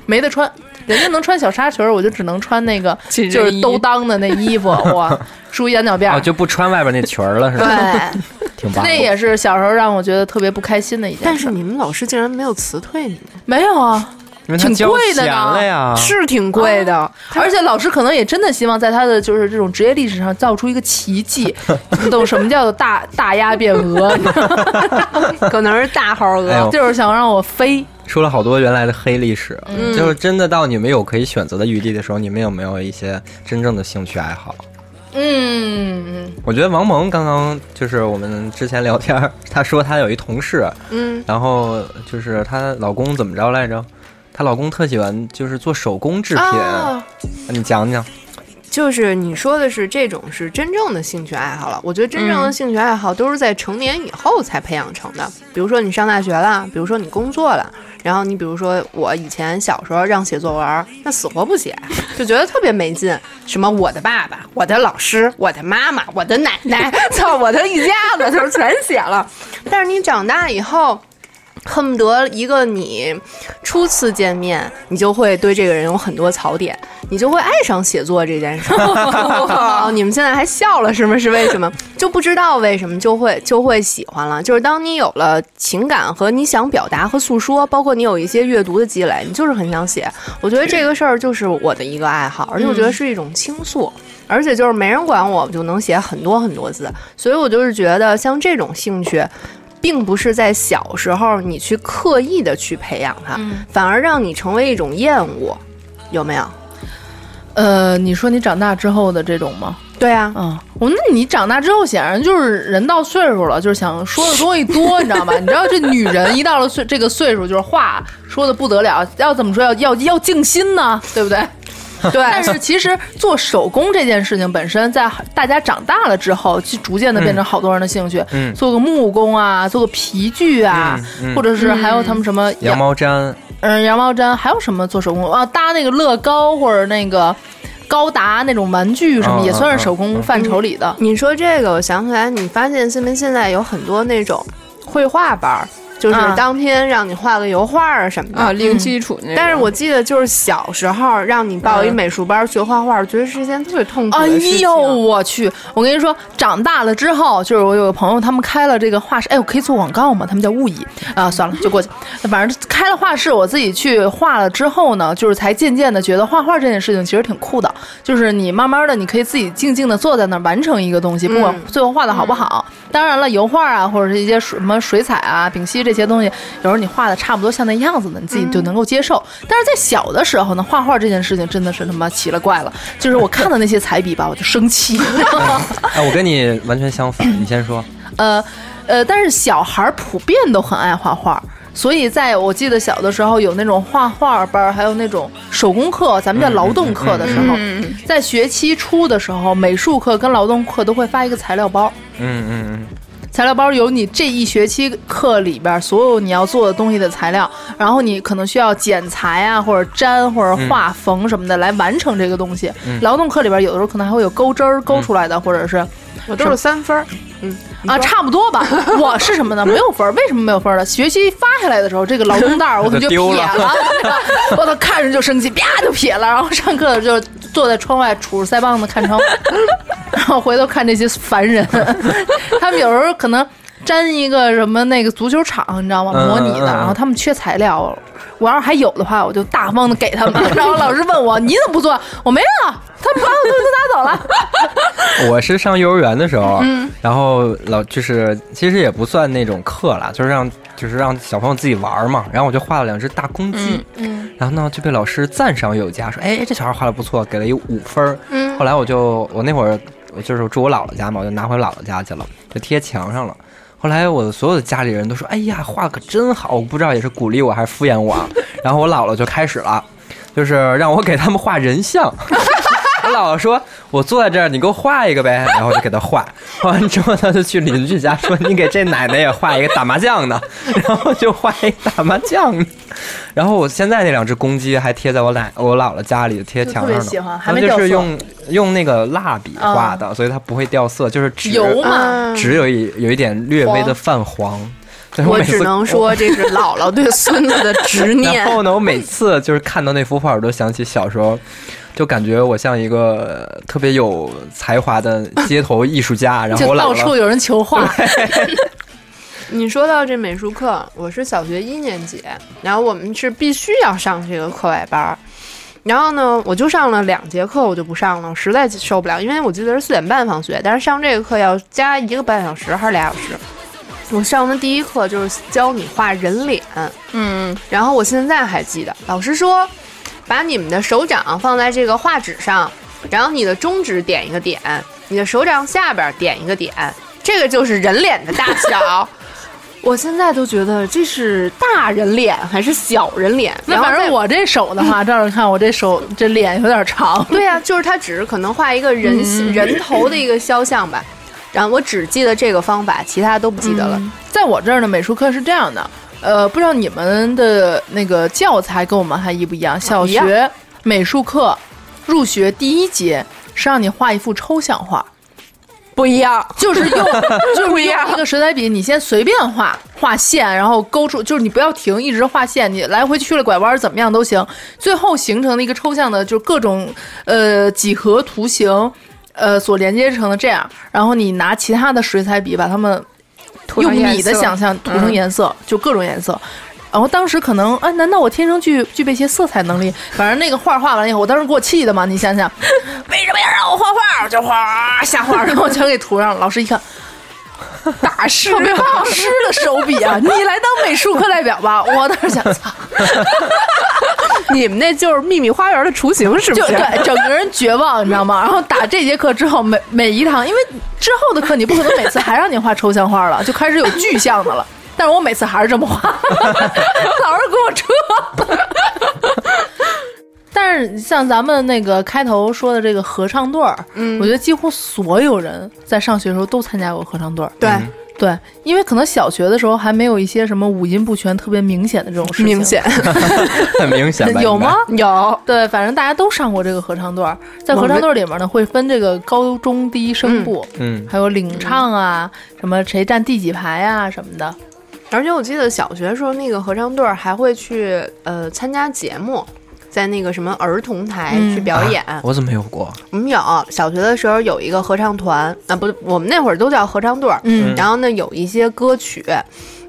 Speaker 4: 没得穿。人家能穿小纱裙儿，我就只能穿那个
Speaker 10: 紧身
Speaker 4: 就是
Speaker 10: 衣
Speaker 4: 兜裆的那衣服，哇，梳一羊角辫
Speaker 1: 哦，
Speaker 4: 儿。
Speaker 1: 就不穿外边那裙儿了，是
Speaker 4: 对
Speaker 1: 吧？，挺棒的。
Speaker 4: 那也是小时候让我觉得特别不开心的一件事。
Speaker 11: 但是你们老师竟然没有辞退你们，
Speaker 4: 没有啊，
Speaker 1: 因为他
Speaker 4: 挺
Speaker 1: 交
Speaker 4: 贵的
Speaker 1: 钱
Speaker 4: 呢
Speaker 1: 了呀，
Speaker 9: 是挺贵的，
Speaker 4: 而且老师可能也真的希望在他的就是这种职业历史上造出一个奇 迹，你懂什么叫做大大鸭变鹅？你知道吗
Speaker 9: 可能是大号
Speaker 1: 哎
Speaker 9: 鹅
Speaker 1: 呦。
Speaker 4: 就是想让我飞。
Speaker 1: 说了好多原来的黑历史，就是真的到你们有可以选择的余地的时候，你们有没有一些真正的兴趣爱好？
Speaker 4: 嗯，
Speaker 1: 我觉得王蒙刚刚就是我们之前聊天儿，她说她有一同事，嗯，然后就是她老公怎么着来着？她老公特喜欢就是做手工制品，
Speaker 9: 啊
Speaker 1: 你讲讲。
Speaker 9: 就是你说的是这种是真正的兴趣爱好了。我觉得真正的兴趣爱好都是在成年以后才培养成的。比如说你上大学了，比如说你工作了，然后你比如说我以前小时候让写作文儿，那死活不写， 就觉得特别没劲。什么我的爸爸、我的老师、我的妈妈、我的奶奶，操，我的一家子就是全写了。但是你长大以后。恨不得一个你初次见面，你就会对这个人有很多槽点，你就会爱上写作这件事。哦你们现在还笑了，是吗？是为什么？就不知道为什么就会就会喜欢了。就是当你有了情感和你想表达和诉说，包括你有一些阅读的积累，你就是很想写。我觉得这个事儿就是我的一个爱好，而且我觉得是一种倾诉。而且就是没人管我，我就能写很多很多字，所以我就是觉得像这种兴趣，并不是在小时候你去刻意的去培养它，反而让你成为一种厌恶，有没有？
Speaker 4: 呃，你说你长大之后的这种吗？
Speaker 9: 对啊，
Speaker 4: 嗯，我那你长大之后显然就是人到岁数了，就是想说的东西多，你知道吗？你知道这女人一到了岁这个岁数，就是话说的不得了，要怎么说要要要静心呢，对不对？
Speaker 9: 对，
Speaker 4: 但是其实做手工这件事情本身，在大家长大了之后，就逐渐的变成好多人的兴趣。
Speaker 1: 嗯
Speaker 4: 做个木工啊，做个皮具啊，
Speaker 1: 嗯嗯
Speaker 4: 或者是还有他们什么
Speaker 1: 羊毛毡，
Speaker 4: 嗯，羊毛毡还有什么做手工啊？搭那个乐高或者那个高达那种玩具
Speaker 1: 嗯
Speaker 4: 什么，也算是手工范畴里的。
Speaker 9: 你说这个，我想起来，你发现身边现在有很多那种绘画班儿。就是
Speaker 1: 嗯
Speaker 10: 啊
Speaker 9: 当天让你画个油画啊什么的
Speaker 10: 啊零基础那种
Speaker 9: 但是我记得就是小时候让你报一
Speaker 4: 嗯
Speaker 9: 美术班儿学画画，我觉得是一件特别痛苦
Speaker 4: 哎
Speaker 9: 的事情。啊
Speaker 4: 呦，我去！我跟你说，长大了之后，就是我有个朋友，他们开了这个画室。哎，我可以做广告吗？他们叫物以啊，算了，就过去。反正开了画室，我自己去画了之后呢，就是才渐渐的觉得画画这件事情其实挺酷的。就是你慢慢的，你可以自己静静的坐在那儿完成一个东西，不管
Speaker 9: 嗯
Speaker 4: 最后画的好不好。当然了，油画啊，或者是一些水什么水彩啊、丙烯这些东西，有时候你画的差不多像那样子的，你自己就能够接受。
Speaker 10: 嗯
Speaker 4: 但是在小的时候呢，画画这件事情真的是他妈奇了怪了，就是我看到那些彩笔吧，我就生气。
Speaker 1: 哎，我跟你完全相反，你先说。
Speaker 4: 呃呃，但是小孩儿普遍都很爱画画。所以，在我记得小的时候有那种画画班儿，还有那种手工课，咱们叫劳动课的时候，
Speaker 10: 嗯嗯嗯
Speaker 4: 在学期初的时候，美术课跟劳动课都会发一个材料包，
Speaker 1: 嗯嗯
Speaker 4: 材料包有你这一学期课里边所有你要做的东西的材料，然后你可能需要剪裁啊，或者粘或者画缝什么的来完成这个东西。
Speaker 9: 嗯
Speaker 4: 劳动课里边有的时候可能还会有钩针儿勾出来的，或者是
Speaker 11: 我都是三分儿，
Speaker 4: 嗯啊，差不多吧。我是什么呢？没有分儿，为什么没有分儿呢？学期发下来的时候，这个劳动袋儿我可能就
Speaker 1: 丢
Speaker 4: 撇
Speaker 1: 了
Speaker 4: 了， 我操，看着就生气，啪就撇了。然后上课就坐在窗外杵着腮帮子看窗， 然后回头看这些凡人， 他们有时候可能粘一个什么那个足球场，你知道吗？
Speaker 9: 嗯
Speaker 4: 模拟的，
Speaker 9: 嗯嗯
Speaker 4: 然后他们缺材料。我要是还有的话，我就大方的给他们。然后老师问我你怎么不做？我没有，他们把我东西都拿走了。
Speaker 1: 嗯， 我是上幼儿园的时候，
Speaker 4: 嗯
Speaker 1: 然后老就是其实也不算那种课啦，就是让就是让小朋友自己玩儿嘛。然后我就画了两只大公鸡，
Speaker 9: 嗯
Speaker 1: 然后呢就被老师赞赏有加，说哎这小孩画的不错，给了一五分儿。
Speaker 9: 嗯
Speaker 1: 后来我就我那会儿我就是住我姥姥家嘛，我就拿回姥姥家去了，就贴墙上了。后来我的所有的家里人都说：“哎呀，画可真好！”我不知道也是鼓励我还是敷衍我啊。然后我姥姥就开始了，就是让我给他们画人像。 我姥姥说：“我坐在这儿，你给我画一个呗。”然后我就给他画，画完之后他就去邻居家说：“你给这奶奶也画一个打麻将的。”然后就画一打麻将的。然后我现在那两只公鸡还贴在我奶我姥姥家里贴墙上
Speaker 4: 就
Speaker 1: 呢，
Speaker 4: 特别喜欢还没
Speaker 1: 它们就
Speaker 4: 掉
Speaker 1: 是
Speaker 4: 色
Speaker 1: 用用那个蜡笔画
Speaker 9: 嗯
Speaker 1: 的，所以它不会掉色，就是纸
Speaker 9: 油嘛
Speaker 1: 纸有一有一点略微的
Speaker 9: 黄
Speaker 1: 泛黄。 所以
Speaker 9: 我
Speaker 1: 每次
Speaker 9: 只能说这是姥姥对孙子的执 念
Speaker 1: 然。后呢，我每次就是看到那幅画，我都想起小时候，就感觉我像一个呃特别有才华的街头艺术 家。然后
Speaker 4: 就
Speaker 1: 我嗯
Speaker 4: 到
Speaker 1: 姥
Speaker 4: 处
Speaker 1: 姥
Speaker 4: 有人求画，
Speaker 9: 你说到这美术课，我是小学一年级，然后我们是必须要上这个课外班儿。然后呢，我就上了两节课，我就不上了，我实在受不了，因为我记得是四点半放学，但是上这个课要加一个半小时还是俩小时。我上的第一课就是教你画人脸，
Speaker 10: 嗯，
Speaker 9: 然后我现在还记得，老师说，把你们的手掌放在这个画纸上，然后你的中指点一个点，你的手掌下边点一个点，这个就是人脸的大 小。我现在都觉得这是大人脸还是小人脸？
Speaker 4: 那反正我这手的 话，这样看我这手这脸有点长。
Speaker 9: 对 呀、就是他只是可能画一个人
Speaker 4: 嗯
Speaker 9: 形、人头的一个肖像吧。然后我只记得这个方法，其他都不记得了。
Speaker 4: 在我这儿呢，美术课是这样的，呃，不知道你们的那个教材跟我们还一啊不一样？小
Speaker 9: 一
Speaker 4: 学美术课入学第一节是让你画一幅抽象画，
Speaker 9: 不一样，
Speaker 4: 就是用 就是用一个水彩笔，你先随便画画线，然后勾出，就是你不要停，一直画线，你来回去了拐弯怎么样都行，最后形成了一个抽象的，就是各种呃几何图形，呃所连接成的这样，然后你拿其他的水彩笔把它们
Speaker 10: 涂
Speaker 4: 用
Speaker 10: 上
Speaker 4: 你
Speaker 10: 颜
Speaker 4: 的
Speaker 10: 色
Speaker 4: 想象涂成
Speaker 10: 嗯
Speaker 4: 颜色，就各种颜色。然后当时可能，哎，难道我天生具具备一些色彩能力？反正那个画画完了以后，我当时给我气的嘛，你想 想，为什么要让我画画？我就哗下画，然后全给涂上了。老师一看，大师，大师的手笔啊！你来当美术课代表 吧。我当时想，操，
Speaker 9: 你们那就是秘密花园的雏形，是不？
Speaker 4: 就是对，整个人绝望，你知道吗？然后打这节课之后，每每一堂，因为之后的课你不可能每次还让你画抽象画了，就 开始有具象的了。但是我每次还是这么画， 老师给我撤。但是像咱们那个开头说的这个合唱队儿，嗯，我觉得几乎所有人在上学的时候都参加过合唱队儿，
Speaker 9: 对。
Speaker 4: 对，因为可能小学的时候还没有一些什么五音不全特别明显的这种事情，
Speaker 12: 明 显
Speaker 1: 很明显吧？
Speaker 4: 有吗？
Speaker 1: 应
Speaker 4: 有，对，反正大家都上过这个合唱段儿，在合唱段儿里面呢，会分这个高中低声部，
Speaker 1: 嗯嗯
Speaker 4: 还有领唱啊，什么谁站第几排啊什么的。
Speaker 9: 而且我记得小学的时候，那个合唱队儿还会去呃参加节目，在那个什么儿童台
Speaker 1: 该
Speaker 9: 去表演。
Speaker 1: 啊我怎么没有过？
Speaker 9: 我们有小学的时候有一个合唱团啊，不，我们那会儿都叫合唱队儿。
Speaker 1: 嗯
Speaker 9: 然后呢，有一些歌曲，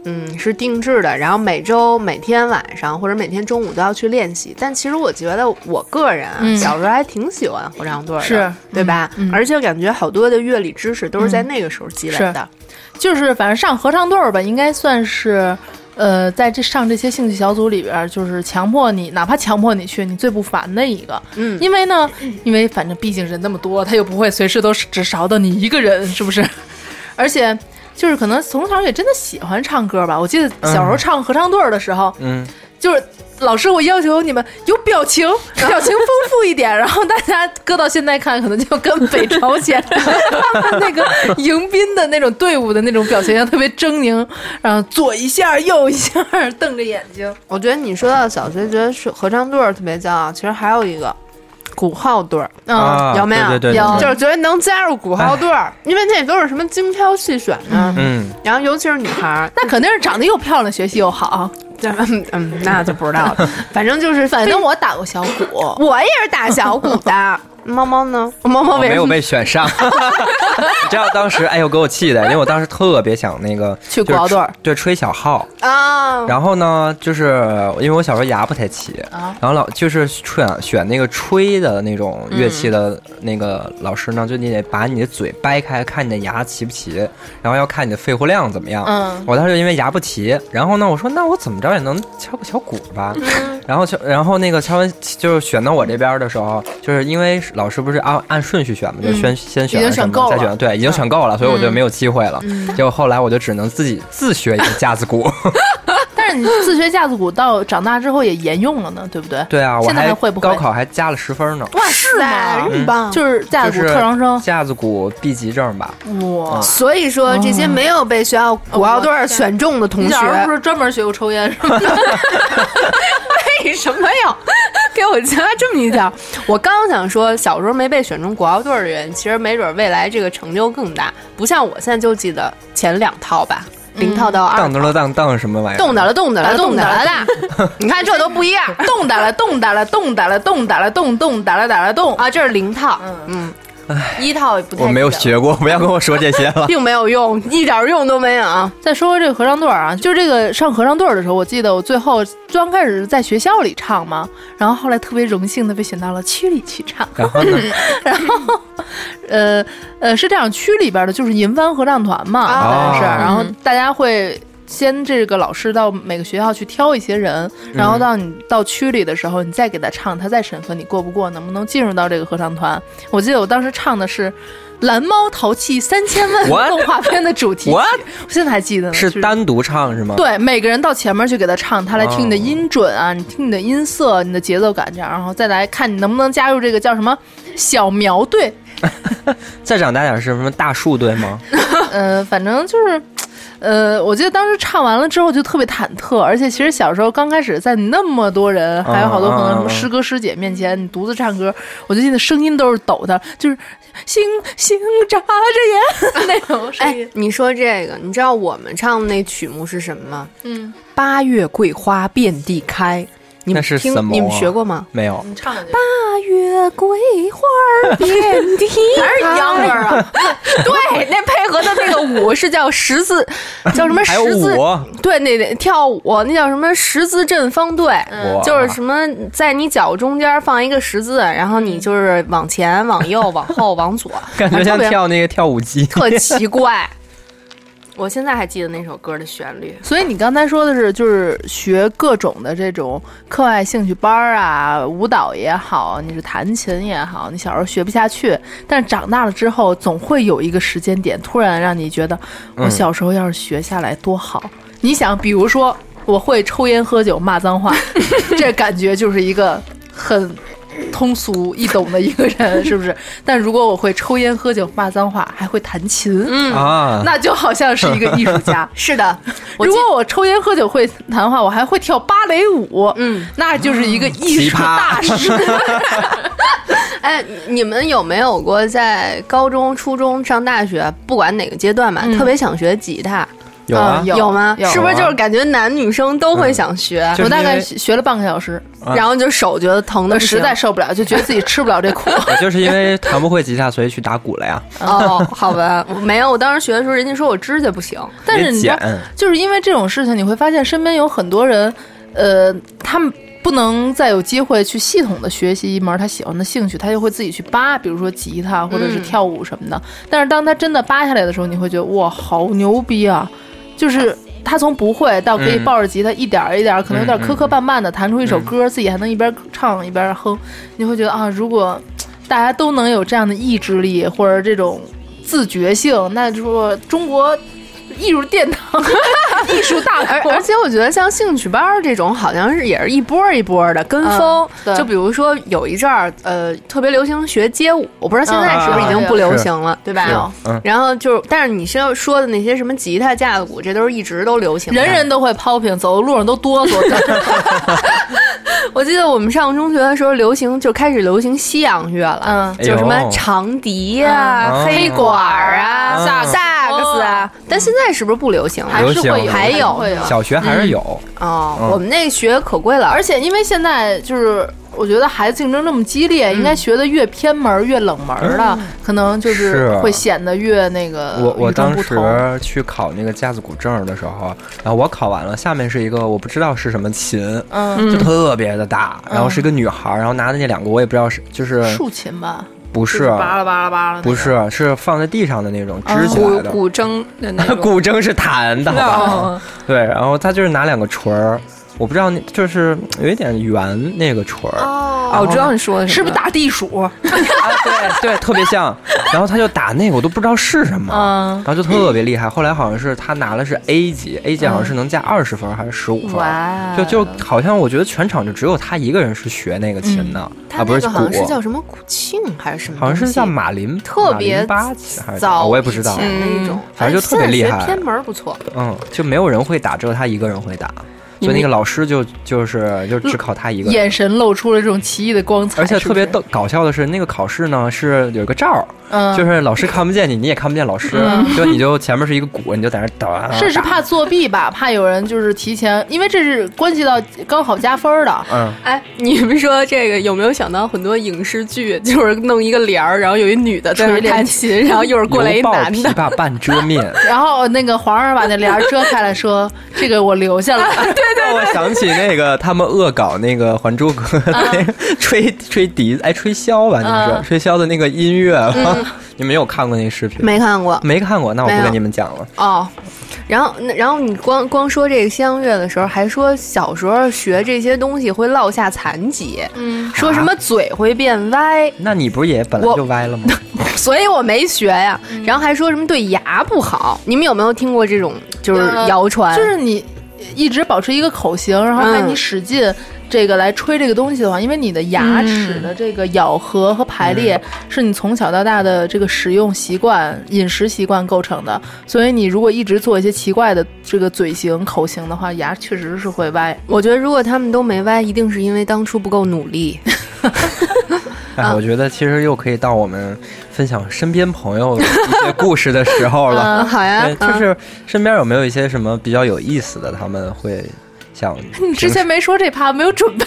Speaker 9: 嗯，是定制的，然后每周每天晚上或者每天中午都要去练习。但其实我觉得，我个人啊，
Speaker 12: 嗯
Speaker 9: 小时候还挺喜欢合唱队儿的，
Speaker 4: 是
Speaker 9: 对吧？而且感觉好多的乐理知识都是在
Speaker 4: 嗯
Speaker 9: 那个时候积累
Speaker 4: 是
Speaker 9: 的。
Speaker 4: 就是反正上合唱队儿吧，应该算是，呃，在这上这些兴趣小组里边儿，就是强迫你，哪怕强迫你去，你最不烦的一个。
Speaker 9: 嗯
Speaker 4: 因为呢，因为反正毕竟人那么多，他又不会随时都是只勺到你一个人，是不是？ 而且就是可能从小也真的喜欢唱歌吧。我记得小时候
Speaker 1: 嗯
Speaker 4: 唱合唱队儿的时候，
Speaker 1: 嗯，
Speaker 4: 就是老师，我要求你们有表 情，表情丰富一点。然后大家搁到现在看，可能就跟北朝 鲜他们那个迎宾的那种队伍的那种表情一样，特别狰狞，然后左一下右一下，瞪着眼睛。
Speaker 9: 我觉得你说到小学，觉得是合唱队儿特别骄傲，其实还有一个鼓号队儿，
Speaker 4: 嗯
Speaker 1: 啊
Speaker 9: 有没有？
Speaker 1: 对对对对对
Speaker 9: 就是觉得能加入鼓号队儿，因为那都是什么精挑细选啊的、
Speaker 1: 嗯，
Speaker 9: 然后尤其是女孩儿，
Speaker 4: 那肯定是长得又漂亮，学习又好。
Speaker 9: 对，嗯嗯，那就不知道了。 反正就是，
Speaker 4: 反正我打过小 鼓，
Speaker 9: 我也是打小鼓的。猫猫呢？猫猫
Speaker 1: 我
Speaker 9: 为
Speaker 1: 哦没
Speaker 9: 什
Speaker 1: 有
Speaker 9: 么？
Speaker 1: 被选上。 你知道当时，哎呦，给我气的，因为我当时特别想那个
Speaker 4: 去鼓号队儿
Speaker 1: 就是吹对，吹小号。
Speaker 9: 啊，
Speaker 1: 然后呢，就是因为我小时候牙不太齐，
Speaker 4: 啊
Speaker 1: 然后老就是选选那个吹的那种乐器的那个老师呢，就你得把你的嘴掰开，看你的牙齐不齐，然后要看你的肺活量怎么样。
Speaker 4: 嗯
Speaker 1: 我当时就因为牙不齐，然后呢，我说那我怎么着也能敲个小鼓吧。
Speaker 4: 嗯
Speaker 1: 然后敲，然后那个敲完就是选到我这边的时候，就是因为老师不是按按顺序选嘛，就先、先选
Speaker 4: 嗯已经
Speaker 1: 什
Speaker 4: 选
Speaker 1: 么
Speaker 4: 够
Speaker 1: 再
Speaker 4: 了嗯
Speaker 1: 选，对，已经选够了，所以我就没有机会了。结果后来我就只能自己自学一个架子 鼓。
Speaker 4: 但是你自学架子鼓到长大之后也沿用了呢，对不对？
Speaker 1: 对啊，我
Speaker 4: 现在还会不会
Speaker 1: 高考还加了十分呢？
Speaker 4: 哇是吗？
Speaker 1: 嗯
Speaker 4: 就是架子鼓特长生，
Speaker 1: 架子鼓 B 级证吧？
Speaker 4: 哇
Speaker 1: 嗯
Speaker 9: 所以说这些没有被学校鼓号队儿选中的同
Speaker 4: 你
Speaker 9: 学，
Speaker 4: 小时候不是专门学过抽烟是 吗？
Speaker 9: 为什么要给我加这么一条？我刚想说，小时候没被选中国奥队儿的人，其实没准未来这个成就更大。不像我现在就记得前两套吧，零套到二
Speaker 1: 当，当了当当什么玩意儿？
Speaker 9: 动的了，动的了，动
Speaker 4: 啊动
Speaker 9: 的
Speaker 4: 的
Speaker 9: 了
Speaker 4: 了
Speaker 9: 的。你看这都不一样
Speaker 4: 动打了，动打了，动打了，动打了，动动打了，打了动。
Speaker 9: 啊，这是零套，嗯，一套也不太
Speaker 1: 我没有
Speaker 9: 记得了，
Speaker 1: 学过，不要跟我说这些 了。
Speaker 9: 并没有用，一点用都没有啊。
Speaker 4: 再说说这个合唱队儿啊，就是这个上合唱队儿的时候，我记得我最后刚开始是在学校里唱嘛，然后后来特别荣幸的被选到了区里去唱，
Speaker 1: 然后呢？
Speaker 4: 然后，呃呃，是这样，区里边的就是银帆合唱团嘛，
Speaker 9: 啊
Speaker 4: 当然是，
Speaker 1: 哦
Speaker 4: 然后大家会。先这个老师到每个学校去挑一些人，然后到你到区里的时候，你再给他唱，他再审核你过不过，能不能进入到这个合唱团。我记得我当时唱的是《蓝猫淘气三千问
Speaker 1: What？》
Speaker 4: 动画片的主题曲
Speaker 1: What？
Speaker 4: 我现在还记得呢。
Speaker 1: 是
Speaker 4: 就
Speaker 1: 单独唱是吗？，
Speaker 4: 对，每个人到前面去给他唱，他来听你的
Speaker 1: 哦
Speaker 4: 音准啊，你听你的音色，你的节奏感这样，然后再来看你能不能加入这个叫什么小苗队，
Speaker 1: 再长大点是什么大树队吗？
Speaker 4: 呃，反正就是。呃，我记得当时唱完了之后就特别忐忑，而且其实小时候刚开始在那么多人，还有好多可能什么师哥师姐面前，你独自唱歌，我就记得声音都是抖的，就是星星眨着眼那种声
Speaker 9: 哎
Speaker 4: 音。，
Speaker 9: 你说这个，你知道我们唱的那曲目是什么吗？
Speaker 4: 嗯，
Speaker 9: 八月桂花遍地开。你
Speaker 1: 那
Speaker 9: 们
Speaker 1: 是
Speaker 9: 听
Speaker 1: 什么？
Speaker 9: 你们学过吗？？
Speaker 1: 没有。
Speaker 4: 你唱两句。
Speaker 9: 八月桂花儿遍 地还是秧歌儿啊？对，那配合的那个舞是叫 十字，叫什么
Speaker 1: 还有
Speaker 9: 十字？
Speaker 1: 舞
Speaker 9: 对，那得跳舞那叫什么十字阵方队，
Speaker 1: 哇
Speaker 9: 就是什么在你脚中间放一个十字，然后你就是往前、往右、往后、往左，
Speaker 1: 感觉像
Speaker 9: 特别
Speaker 1: 跳那个跳舞机，
Speaker 9: 特奇怪。我现在还记得那首歌的旋律，
Speaker 4: 所以你刚才说的是，就是学各种的这种课外兴趣班儿啊，舞蹈也好，你是弹琴也好，你小时候学不下去，但是长大了之后，总会有一个时间点，突然让你觉得，我
Speaker 1: 嗯
Speaker 4: 小时候要是学下来多好。你想，比如说我会抽烟、喝酒、骂脏话，这感觉就是一个很通俗易懂的一个人，是不是？但如果我会抽烟、喝酒、骂脏话，还会弹琴，
Speaker 9: 嗯啊
Speaker 4: 那就好像是一个艺术家。
Speaker 9: 是的，
Speaker 4: 如果我抽烟、喝酒、会弹话，我还会跳芭蕾舞，嗯，那就是一个艺术大师。
Speaker 9: 哎，你们有没有过在高中、初中、上大学，不管哪个阶段吧，特别想学吉他？
Speaker 1: 有啊
Speaker 9: 嗯有吗？
Speaker 1: 有啊
Speaker 9: 是不是就是感觉男女生都会想学？
Speaker 1: 嗯就是因为我大概学
Speaker 4: 了半个小时
Speaker 1: 啊
Speaker 9: 然后就手觉得疼的
Speaker 4: 实在受不了，就觉得自己吃不了这苦。
Speaker 1: 我就是因为弹不会吉他，所以去打鼓了呀。
Speaker 9: 哦，好吧，我没有，我当时学的时候，人家说我指甲不行，
Speaker 4: 但是你知道
Speaker 1: 别捡，
Speaker 4: 就是因为这种事情，你会发现身边有很多人，呃，他们不能再有机会去系统的学习一门他喜欢的兴趣，他就会自己去扒，比如说吉他或者是
Speaker 9: 嗯
Speaker 4: 跳舞什么的。但是当他真的扒下来的时候，你会觉得哇，好牛逼啊！就是他从不会到可以
Speaker 9: 嗯
Speaker 4: 抱着吉他一点儿一点儿，可能有点
Speaker 9: 嗯嗯
Speaker 4: 磕磕绊绊的弹出一首歌，自己还能一边唱一边哼，你会觉得啊，如果大家都能有这样的意志力或者这种自觉性，那就说中国艺术殿堂艺术大
Speaker 9: 而
Speaker 4: 国
Speaker 9: 而且我觉得像兴趣班儿这种，好像是也是一波儿一波儿的跟风。
Speaker 4: 对
Speaker 9: 就比如说有一阵儿，呃，特别流行学街舞，我不知道现在
Speaker 10: 嗯
Speaker 9: 是不是已经不流行了，
Speaker 10: 是
Speaker 9: 对吧？
Speaker 10: 是嗯
Speaker 9: 然后就是，但是你是说的那些什么吉他、架子鼓，这都是一直都流行的。
Speaker 4: 人人都会 popping，走路上都哆嗦。
Speaker 9: 我记得我们上中学的时候，流行就开始流行西洋乐了，
Speaker 10: 嗯
Speaker 9: 就什
Speaker 10: 哎
Speaker 9: 么
Speaker 10: 呦
Speaker 9: 长笛呀、
Speaker 10: 嗯
Speaker 9: 黑
Speaker 10: 哦
Speaker 9: 管儿啊、
Speaker 1: 嗯
Speaker 9: 萨萨克斯啊。但现在是不是不流行了？
Speaker 1: 流行
Speaker 9: 还有
Speaker 1: 小学还是有。
Speaker 9: 哦，
Speaker 1: 嗯
Speaker 9: 我们那学可贵了，
Speaker 4: 而且因为现在就是。我觉得孩子竞争那么激
Speaker 9: 嗯
Speaker 4: 烈，应该学的越偏门儿越冷门儿的，可能就是
Speaker 1: 是啊
Speaker 4: 会显得越那个
Speaker 1: 我我
Speaker 4: 嗯与众
Speaker 1: 当
Speaker 4: 不同
Speaker 1: 时去考那个架子鼓证儿的时候，然后我考完了，下面是一个我不知道是什么琴，
Speaker 4: 嗯
Speaker 1: 就特别的大，
Speaker 4: 嗯
Speaker 1: 然后是一个女孩儿，然后拿的那两个我也不知道是就是
Speaker 4: 竖琴吧，
Speaker 1: 不
Speaker 4: 就是扒拉扒拉扒拉
Speaker 1: 啊
Speaker 4: 那种，
Speaker 1: 不是是放在地上的那种
Speaker 9: 哦
Speaker 1: 支起
Speaker 13: 古
Speaker 1: 来的，
Speaker 13: 古筝的 那种。
Speaker 1: 古筝是弹的，好吧？
Speaker 9: 啊
Speaker 1: 对，然后他就是拿两个锤儿，我不知道那就是有一点圆那个锤儿，啊
Speaker 13: 哦，我知道你说的
Speaker 4: 是不是打地鼠？
Speaker 1: 对，特别像。 然后他就打那个，我都不知道是什
Speaker 9: 哦
Speaker 1: 么，
Speaker 4: 嗯
Speaker 1: 然后就特别厉害。后来好像是他拿了是 A 级，A 级好像是能加二十分还是十五分，
Speaker 9: 嗯哇
Speaker 1: 就就好像我觉得全场就只有他一个人是学那个琴的，啊
Speaker 9: 嗯他
Speaker 1: 不
Speaker 9: 那
Speaker 1: 是
Speaker 9: 个
Speaker 1: 鼓
Speaker 9: 好，像是叫什么古庆还是什么
Speaker 1: 好
Speaker 9: 东西，
Speaker 1: 像是叫马林，
Speaker 9: 特
Speaker 1: 马
Speaker 9: 别
Speaker 1: 林八琴还是
Speaker 9: 早，
Speaker 1: 我也不知道
Speaker 9: 那种，
Speaker 1: 嗯
Speaker 9: 哎
Speaker 1: 反正就特别厉
Speaker 9: 现在学
Speaker 1: 害
Speaker 9: 偏。门儿不错。
Speaker 1: 嗯，就没有人会打，只有他一个人会打，所以
Speaker 4: 你
Speaker 1: 那
Speaker 4: 们
Speaker 1: 个老师就就是就只考他一个人。
Speaker 4: 眼神露出了这种奇异的光彩，
Speaker 1: 而且
Speaker 4: 是
Speaker 1: 特
Speaker 4: 不
Speaker 1: 别
Speaker 4: 是
Speaker 1: 逗搞笑的是，那个考试呢是有一个罩儿，
Speaker 4: 嗯
Speaker 1: 就是老师看不见你，你也看不见老师，
Speaker 4: 嗯
Speaker 1: 就你就前面是一个鼓，你就在那儿啊打。
Speaker 4: 这是怕作弊吧？怕有人就是提前，因为这是关系到高考加分的。
Speaker 1: 嗯，
Speaker 9: 哎，你们说这个有没有想到很多影视剧，就是弄一个帘儿，然后有一女的在那儿弹琴，然后一会儿过来一
Speaker 1: 犹抱
Speaker 9: 男
Speaker 1: 琵
Speaker 9: 的，
Speaker 1: 琶半遮 面。
Speaker 4: 然后那个皇上把那帘儿遮开了，说：“ 这个我留下了。
Speaker 1: 让我想起那个他们恶搞那个《还珠格格》那个 吹吹笛子，哎，吹箫吧，你们说
Speaker 9: 嗯
Speaker 1: 吹箫的那个音乐
Speaker 9: 嗯，
Speaker 1: 你们有看过那个视频？
Speaker 9: 没看过
Speaker 1: 没看过，那我
Speaker 9: 没
Speaker 1: 不
Speaker 9: 有
Speaker 1: 跟你们讲了。
Speaker 9: 嗯哦，然后那然后你光光说这个西洋乐的时候，还说小时候学这些东西会落下残疾，
Speaker 4: 嗯
Speaker 9: 说
Speaker 1: 啊
Speaker 9: 什么嘴会变歪，
Speaker 1: 那你不是也本来
Speaker 9: 我
Speaker 1: 就歪了吗？
Speaker 9: 所以我没学呀。
Speaker 1: 嗯
Speaker 9: 然后还说什么对牙不好，你们有没有听过这种就是
Speaker 4: 呃
Speaker 9: 谣传？
Speaker 4: 就是你一直保持一个口型，然后看你使劲这个来吹这个东西的话，因为你的牙齿的这个咬合和排列是你从小到大的这个使用习惯、饮食习惯构成的，所以你如果一直做一些奇怪的这个嘴型、口型的话，牙确实是会歪。
Speaker 9: 我觉得如果他们都没歪，一定是因为当初不够努力。
Speaker 1: 哎，
Speaker 4: 嗯
Speaker 1: 我觉得其实又可以到我们分享身边朋友的一些故事的时候了。
Speaker 9: 嗯 好呀
Speaker 1: 啊对
Speaker 9: 嗯
Speaker 1: 就是身边有没有一些什么比较有意思的？他们会想
Speaker 4: 你之前没说这趴，没有准备。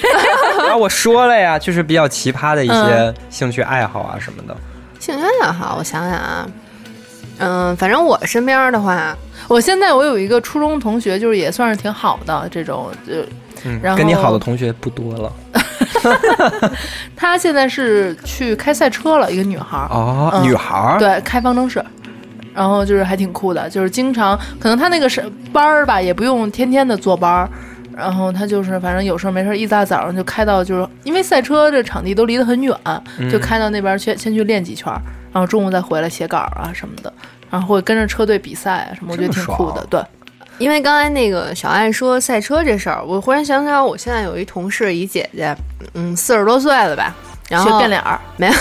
Speaker 1: 啊，我说了呀，就是比较奇葩的一些
Speaker 9: 嗯
Speaker 1: 兴趣爱好啊什么的。
Speaker 9: 兴趣爱好，我想想啊，嗯，反正我身边的话，
Speaker 4: 我现在我有一个初中同学，就是也算是挺好的这种，就
Speaker 1: 嗯
Speaker 4: 然，后
Speaker 1: 跟你好的同学不多了
Speaker 4: 她现在是去开赛车了，一个女孩儿
Speaker 1: 哦，
Speaker 4: 嗯
Speaker 1: 女孩儿
Speaker 4: 对，开方程式。然后就是还挺酷的，就是经常可能他那个是班儿吧，也不用天天的坐班儿，然后他就是反正有事儿没事儿，一大早上就开到就是因为赛车这场地都离得很远，
Speaker 9: 嗯
Speaker 4: 就开到那边去先去练几圈儿，然后中午再回来写稿儿啊什么的，然后会跟着车队比赛啊什么，我觉得
Speaker 9: 嗯这
Speaker 4: 挺
Speaker 9: 么
Speaker 4: 酷
Speaker 9: 爽
Speaker 4: 的。对，
Speaker 9: 因为刚才那个小爱说赛车这事儿，我忽然想起来，我现在有一同事，一姐姐，嗯，四十多岁了吧，然后
Speaker 4: 学变脸儿，
Speaker 9: 没有，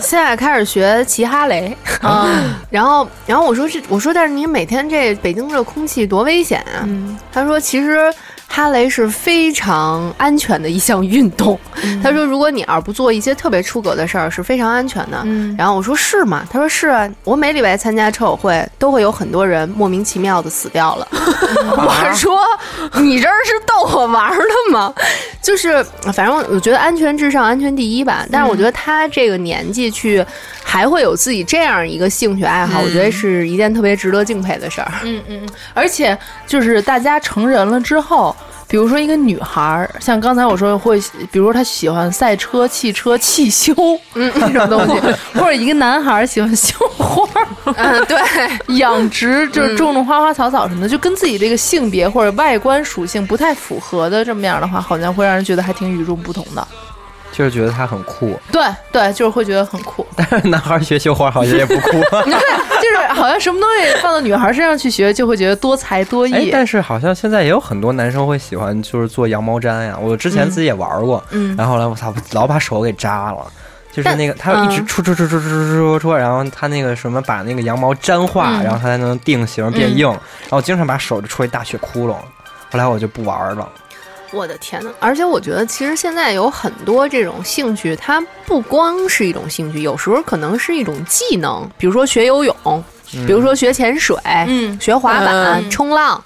Speaker 9: 现在开始学骑哈雷
Speaker 4: 啊。
Speaker 9: 然后，然后我说这，我说但是你每天这北京这空气多危险啊！
Speaker 10: 嗯
Speaker 9: 他说其实哈雷是非常安全的一项运动。
Speaker 4: 嗯
Speaker 9: 他说如果你要是不做一些特别出格的事儿，是非常安全的。
Speaker 11: 嗯
Speaker 9: 然后我说是吗？他说是啊，我每礼拜参加车友会都会有很多人莫名其妙的死掉了。我说你这是逗我玩儿的吗？就是反正我觉得安全至上，安全第一吧。但是我觉得他这个年纪去还会有自己这样一个兴趣爱好，
Speaker 4: 嗯
Speaker 9: 我觉得是一件特别值得敬佩的事儿。
Speaker 4: 嗯嗯，嗯，而且就是大家成人了之后，比如说一个女孩儿，像刚才我说会，比如说她喜欢赛车、汽车、汽修，嗯，这种东 西，或者一个男孩儿喜欢修花，
Speaker 9: 嗯， 对，
Speaker 4: 养殖就是种种花花草草什么的，就跟自己这个性别或者外观属性不太符合的这么样的话，好像会让人觉得还挺与众不同的。
Speaker 1: 就是觉得他很酷，
Speaker 4: 对对，就是会觉得很酷。
Speaker 1: 但是男孩学绣花好像也不 酷。
Speaker 4: 就是好像什么东西放到女孩身上去学，就会觉得多才多
Speaker 1: 哎
Speaker 4: 艺，。
Speaker 1: 但是好像现在也有很多男生会喜欢，就是做羊毛毡呀。我之前自己也玩过，
Speaker 4: 嗯嗯
Speaker 1: 然后后来我操，老把手给扎了，就是那个
Speaker 4: 但
Speaker 1: 他一直
Speaker 4: 嗯
Speaker 1: 戳戳戳戳戳戳戳戳，然后他那个什么把那个羊毛粘化，
Speaker 4: 嗯
Speaker 1: 然后它才能定型变
Speaker 9: 嗯
Speaker 1: 硬，然后经常把手就戳一大血窟窿，后来我就不玩了。
Speaker 9: 我的天呐！而且我觉得，其实现在有很多这种兴趣，它不光是一种兴趣，有时候可能是一种技能，比如说学游泳，
Speaker 4: 嗯
Speaker 9: 比如说学潜水，
Speaker 4: 嗯
Speaker 9: 学滑板、
Speaker 4: 嗯
Speaker 9: 冲浪，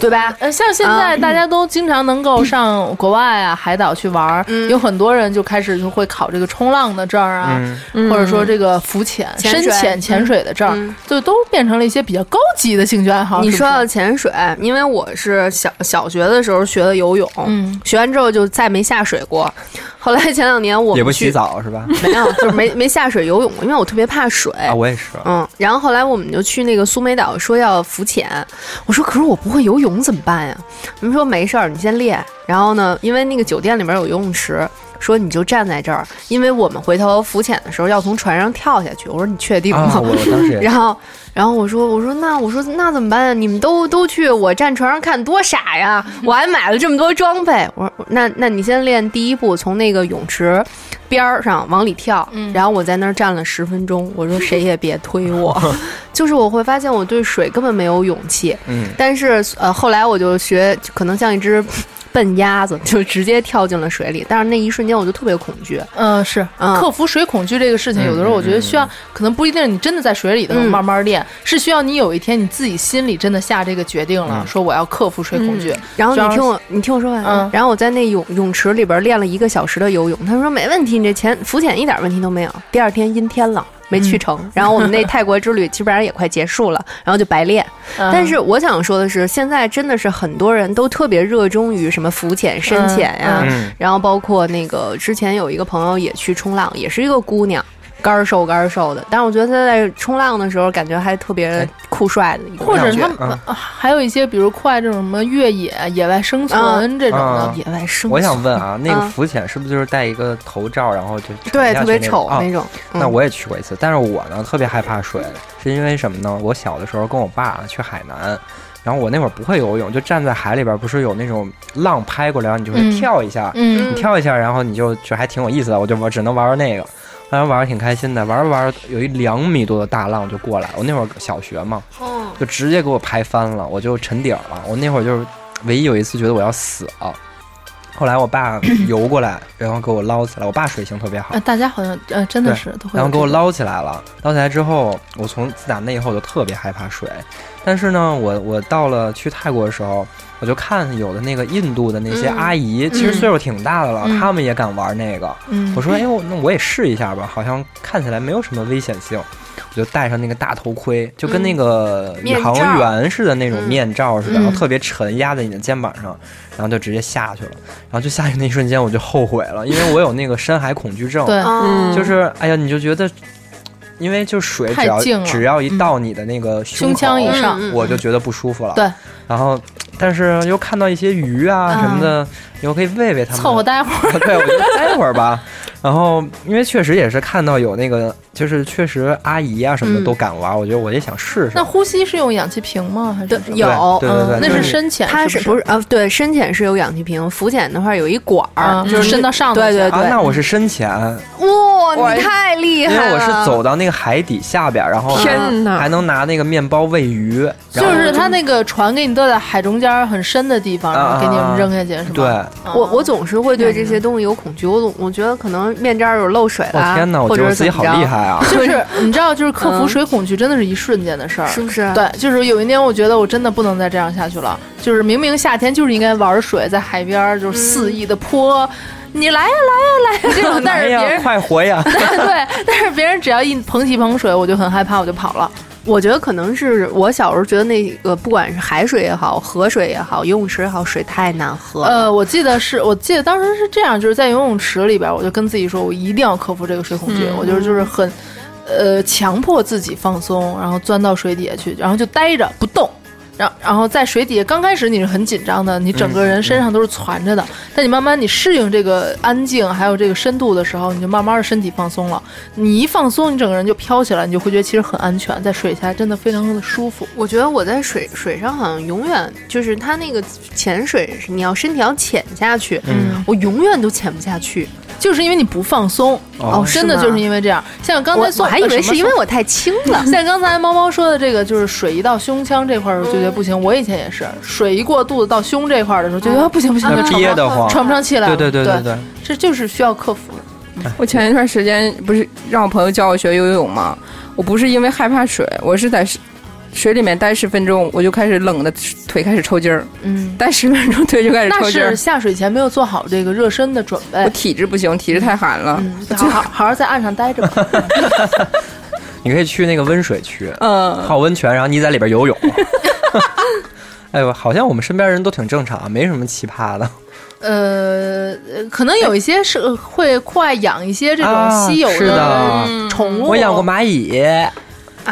Speaker 9: 对吧？
Speaker 4: 呃，像现在
Speaker 9: 嗯
Speaker 4: 大家都经常能够上国外啊、海岛去玩儿，有很多人就开始就会考这个冲浪的证儿啊，
Speaker 9: 嗯
Speaker 4: 或者说这个浮潜、
Speaker 9: 潜
Speaker 4: 深
Speaker 9: 水
Speaker 4: 潜、潜水的证儿，
Speaker 9: 嗯
Speaker 4: 就都变成了一些比较高级的兴趣爱好。
Speaker 9: 你
Speaker 4: 是
Speaker 9: 说
Speaker 4: 不是
Speaker 9: 到潜水，因为我是小小学的时候学的游泳，
Speaker 4: 嗯
Speaker 9: 学完之后就再没下水过。后来前两年我
Speaker 1: 也不
Speaker 9: 们去
Speaker 1: 洗，澡是吧？
Speaker 9: 没有，就是没没下水游泳，因为我特别 怕水。
Speaker 1: 啊，我也是。
Speaker 9: 嗯，然后后来我们就去那个苏梅岛，说要浮潜。我说，可是我不会游泳怎么办呀？他们说没事儿，你先练。然后呢，因为那个酒店里面有游泳池，说你就站在这儿，因为我们回头浮潜的时候要从船上跳下去。我说你确定吗？
Speaker 1: 啊我当时也是
Speaker 9: 然后，然后我说，我说那我说那怎么办呀？你们都都去，我站船上看多傻呀！我还买了这么多装备。我说那那你先练第一步，从那个泳池边儿上往里跳。然后我在那儿站了十分钟，我说谁也别推我，就是我会发现我对水根本没有勇气。
Speaker 1: 嗯
Speaker 9: 但是呃，后来我就学，就可能像一只笨鸭子，就直接跳进了水里。但是那一瞬间我就特别恐惧。
Speaker 4: 嗯，是
Speaker 9: 嗯
Speaker 4: 克服水恐惧这个事情，有的时候我觉得需要，可能不一定是你真的在水里头
Speaker 9: 嗯
Speaker 4: 慢慢练，是需要你有一天你自己心里真的下这个决定了，说我要克服水恐惧
Speaker 9: 嗯。然后
Speaker 4: 就要
Speaker 9: 你听我，你听我说完。
Speaker 4: 嗯
Speaker 9: 然后我在那泳泳池里边练了一个小时的游泳，他说没问题，你这潜浮潜一点问题都没有。第二天阴天了。没去成，然后我们那泰国之旅基本上也快结束了，然后就白练。
Speaker 4: 嗯
Speaker 9: 但是我想说的是，现在真的是很多人都特别热衷于什么浮潜、深潜呀、
Speaker 11: 嗯嗯
Speaker 9: 然后包括那个之前有一个朋友也去冲浪，也是一个姑娘，干儿瘦干儿瘦的，但是我觉得她在冲浪的时候感觉还特别酷帅的一种
Speaker 4: 或者
Speaker 9: 感觉
Speaker 4: 他们、
Speaker 1: 啊
Speaker 4: 呃还有一些，比如酷爱这种什么越野、野外生存
Speaker 9: 嗯
Speaker 4: 这种的
Speaker 1: 啊，
Speaker 9: 野外生
Speaker 1: 我想问啊，那个
Speaker 9: 嗯
Speaker 1: 浮潜是不是就是戴一个头罩，然后就沉
Speaker 9: 对
Speaker 1: 下
Speaker 9: 特
Speaker 1: 去
Speaker 9: 别
Speaker 1: 那
Speaker 9: 丑
Speaker 1: 啊
Speaker 9: 那种嗯
Speaker 1: 那我也去过一次，但是我呢特别害怕水，是因为什么呢？我小的时候跟我爸去海南。然后我那会儿不会游泳，就站在海里边，不是有那种浪拍过来，然后你就会
Speaker 4: 嗯
Speaker 1: 跳一下，
Speaker 4: 嗯
Speaker 1: 你跳一下，然后你就就还挺有意思的。我就玩，只能玩玩那个，后来玩儿挺开心的，玩儿玩儿有一两米多的大浪就过来，我那会儿小学嘛，
Speaker 9: 哦
Speaker 1: 就直接给我拍翻了，我就沉底儿了。我那会儿就是唯一有一次觉得我要死了，后来我爸游过来，然后给我捞起来。我爸水性特别好
Speaker 4: 呃，，大家好像呃真的
Speaker 1: 对
Speaker 4: 是都，会有这种。
Speaker 1: 然后给我捞起来了。捞起来之后，我从自打那以后就特别害怕水。但是呢，我我到了去泰国的时候，我就看有的那个印度的那些
Speaker 14: 嗯
Speaker 1: 阿姨，其
Speaker 14: 嗯
Speaker 1: 实岁数挺大的了，
Speaker 14: 嗯
Speaker 1: 他们也敢玩那个。
Speaker 14: 嗯
Speaker 1: 我说，哎我那我也试一下吧，好像看起来没有什么危险性。我就戴上那个大头盔，就跟那个宇航员似的那种面罩似的，
Speaker 14: 嗯
Speaker 1: 然后特别沉，压在你的肩膀上，然后就直接下去了。然后就下去那一瞬间，我就后悔了，因为我有那个深海恐 惧症。
Speaker 4: 对嗯
Speaker 1: 就是哎呀，你就觉得。因为就水只
Speaker 4: 太
Speaker 1: 要
Speaker 4: 静了嗯
Speaker 1: 只要一到你的那个
Speaker 4: 胸
Speaker 1: 口
Speaker 4: 腔以上嗯嗯嗯
Speaker 1: 我就觉得不舒服了。
Speaker 4: 对，
Speaker 1: 然后但是又看到一些鱼啊什么的，又可以喂喂它们，
Speaker 4: 嗯凑合待会儿。
Speaker 1: 对，我就待会儿吧。然后，因为确实也是看到有那个就是确实阿姨啊什么的
Speaker 4: 嗯
Speaker 1: 都敢玩，我觉得我也想试试
Speaker 4: 那。呼吸是用氧气瓶吗？还是什么
Speaker 1: 有对对对对
Speaker 4: 嗯那
Speaker 1: 就是是
Speaker 4: 深浅，
Speaker 9: 它
Speaker 4: 是
Speaker 9: 不是呃，对，深浅是有氧气瓶，浮潜的话有一管儿，就是
Speaker 4: 啊伸到上头
Speaker 9: 对对
Speaker 1: 啊
Speaker 9: 对，
Speaker 1: 那我是深潜，
Speaker 9: 哇，你太厉
Speaker 1: 因
Speaker 9: 害
Speaker 1: 为
Speaker 9: 了！
Speaker 1: 我是走到那个海底下边，然后
Speaker 4: 天哪
Speaker 1: 还能拿那个面包喂鱼，然
Speaker 4: 就
Speaker 1: 后
Speaker 4: 是它那个船给你搁在海中间很深的地方，
Speaker 1: 啊啊
Speaker 4: 然后给你
Speaker 1: 啊
Speaker 4: 们扔下去，是吗？
Speaker 1: 对，
Speaker 9: 我我总是会对这些东西有恐惧，我总我觉得可能面罩有漏水
Speaker 1: 我
Speaker 9: 啦，
Speaker 1: 天哪，我
Speaker 9: 或
Speaker 1: 觉
Speaker 9: 者
Speaker 1: 得
Speaker 9: 是
Speaker 1: 自己
Speaker 9: 怎
Speaker 1: 好
Speaker 9: 么着
Speaker 1: 厉害啊！
Speaker 4: 就是你知道，就是克服
Speaker 9: 嗯
Speaker 4: 水恐惧真的是一瞬间的事儿，
Speaker 9: 是不是
Speaker 4: 对，就是有一年我觉得我真的不能再这样下去了，就是明明夏天就是应该玩水，在海边儿就是肆意的泼，你来呀来呀来呀这哦种，但是
Speaker 1: 哎
Speaker 4: 别
Speaker 1: 呀，
Speaker 4: 人
Speaker 1: 快活呀！
Speaker 4: 对，但是别人只要一捧起捧水，我就很害怕，我就跑了。
Speaker 9: 我觉得可能是我小时候觉得那个不管是海水也好，河水也好，游泳池也好，水太难喝。
Speaker 4: 呃，我记得是我记得当时是这样，就是在游泳池里边儿，我就跟自己说，我一定要克服这个水恐惧，
Speaker 9: 嗯
Speaker 4: 我就是就是很，呃，强迫自己放松，然后钻到水底下去，然后就待着不动。然后然后在水底下，刚开始你是很紧张的，你整个人身上都是攒着的。
Speaker 9: 嗯
Speaker 4: 但你慢慢你适应这个安静，还有这个深度的时候，你就慢慢的身体放松了。你一放松，你整个人就飘起来，你就会觉得其实很安全，在水下真的非常的舒服。
Speaker 9: 我觉得我在水水上好像永远就是它那个潜水，你要身体要潜下去，
Speaker 1: 嗯
Speaker 9: 我永远都潜不下去。
Speaker 4: 就是因为你不放松
Speaker 9: 哦
Speaker 4: 真的
Speaker 9: 是吗
Speaker 4: 就是因为这样。像刚才
Speaker 9: 我
Speaker 4: 宋
Speaker 9: 我还以为
Speaker 4: 呃什么
Speaker 9: 是因为我太轻 了。
Speaker 4: 像刚才猫猫说的这个，就是水一到胸腔这块儿，我就觉得不行。我以前也是，水一过肚子到胸这块儿的时候，就觉得啊不行不行，
Speaker 1: 那
Speaker 4: 就喘不
Speaker 1: 憋
Speaker 4: 上
Speaker 1: 得慌
Speaker 4: 喘不上气来了。
Speaker 1: 对对对
Speaker 4: 对
Speaker 1: 对对，
Speaker 4: 这就是需要克服的。
Speaker 10: 我前一段时间不是让我朋友教我学游泳吗？我不是因为害怕水，我是在水水里面待十分钟，我就开始冷的腿开始抽筋儿，
Speaker 4: 嗯，
Speaker 10: 待十分钟腿就开始
Speaker 4: 那
Speaker 10: 抽筋儿
Speaker 4: 是。下水前没有做好这个热身的准备
Speaker 10: 我。体质不行，体质太寒了。
Speaker 4: 好好好好在岸上待着吧。
Speaker 1: 你可以去那个温水区，
Speaker 10: 嗯
Speaker 1: 泡温泉，然后你在里边游泳。 哎呦，好像我们身边人都挺正常，没什么奇葩的。
Speaker 4: 呃，呃可能有一些是呃会酷爱养一些这种
Speaker 1: 啊
Speaker 4: 稀有嗯
Speaker 1: 是的
Speaker 4: 宠物。
Speaker 1: 我养过蚂蚁
Speaker 4: 啊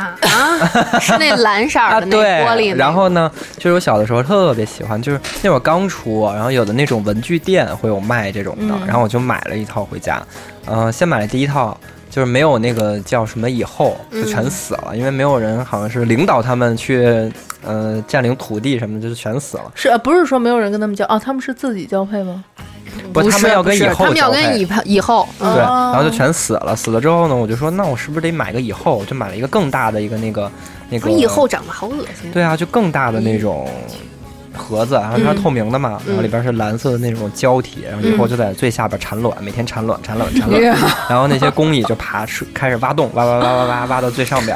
Speaker 9: 是那蓝色
Speaker 1: 啊，
Speaker 9: 儿的那
Speaker 1: 对
Speaker 9: 玻璃那个。
Speaker 1: 然后呢，就是我小的时候特别喜欢，就是那会儿刚出，然后有的那种文具店会有卖这种的，
Speaker 4: 嗯
Speaker 1: 然后我就买了一套回家。嗯、先买了第一套，就是没有那个叫什么以后
Speaker 9: 嗯
Speaker 1: 就全死了，因为没有人好像是领导他们去呃占领土地什么的，就是全死了。
Speaker 4: 是呃不是说没有人跟他们交哦？他们是自己交配吗？
Speaker 1: 不，他们要跟以后
Speaker 9: 他们要
Speaker 1: 交配
Speaker 9: 跟以后以后，
Speaker 1: 对，然后就
Speaker 4: 哦
Speaker 1: 全死了。死了之后呢，我就说，那我是不是得买个以后？我就买了一个更大的一个那个那个
Speaker 9: 以后长得好恶心。
Speaker 1: 对啊，就更大的那种盒子，然后它是透明的嘛，然后里边是蓝色的那种胶体，然后以后就在最下边产卵，每天产卵，产卵，产卵，然后那些工蚁就爬出开始挖洞，挖挖挖挖挖挖到最上边，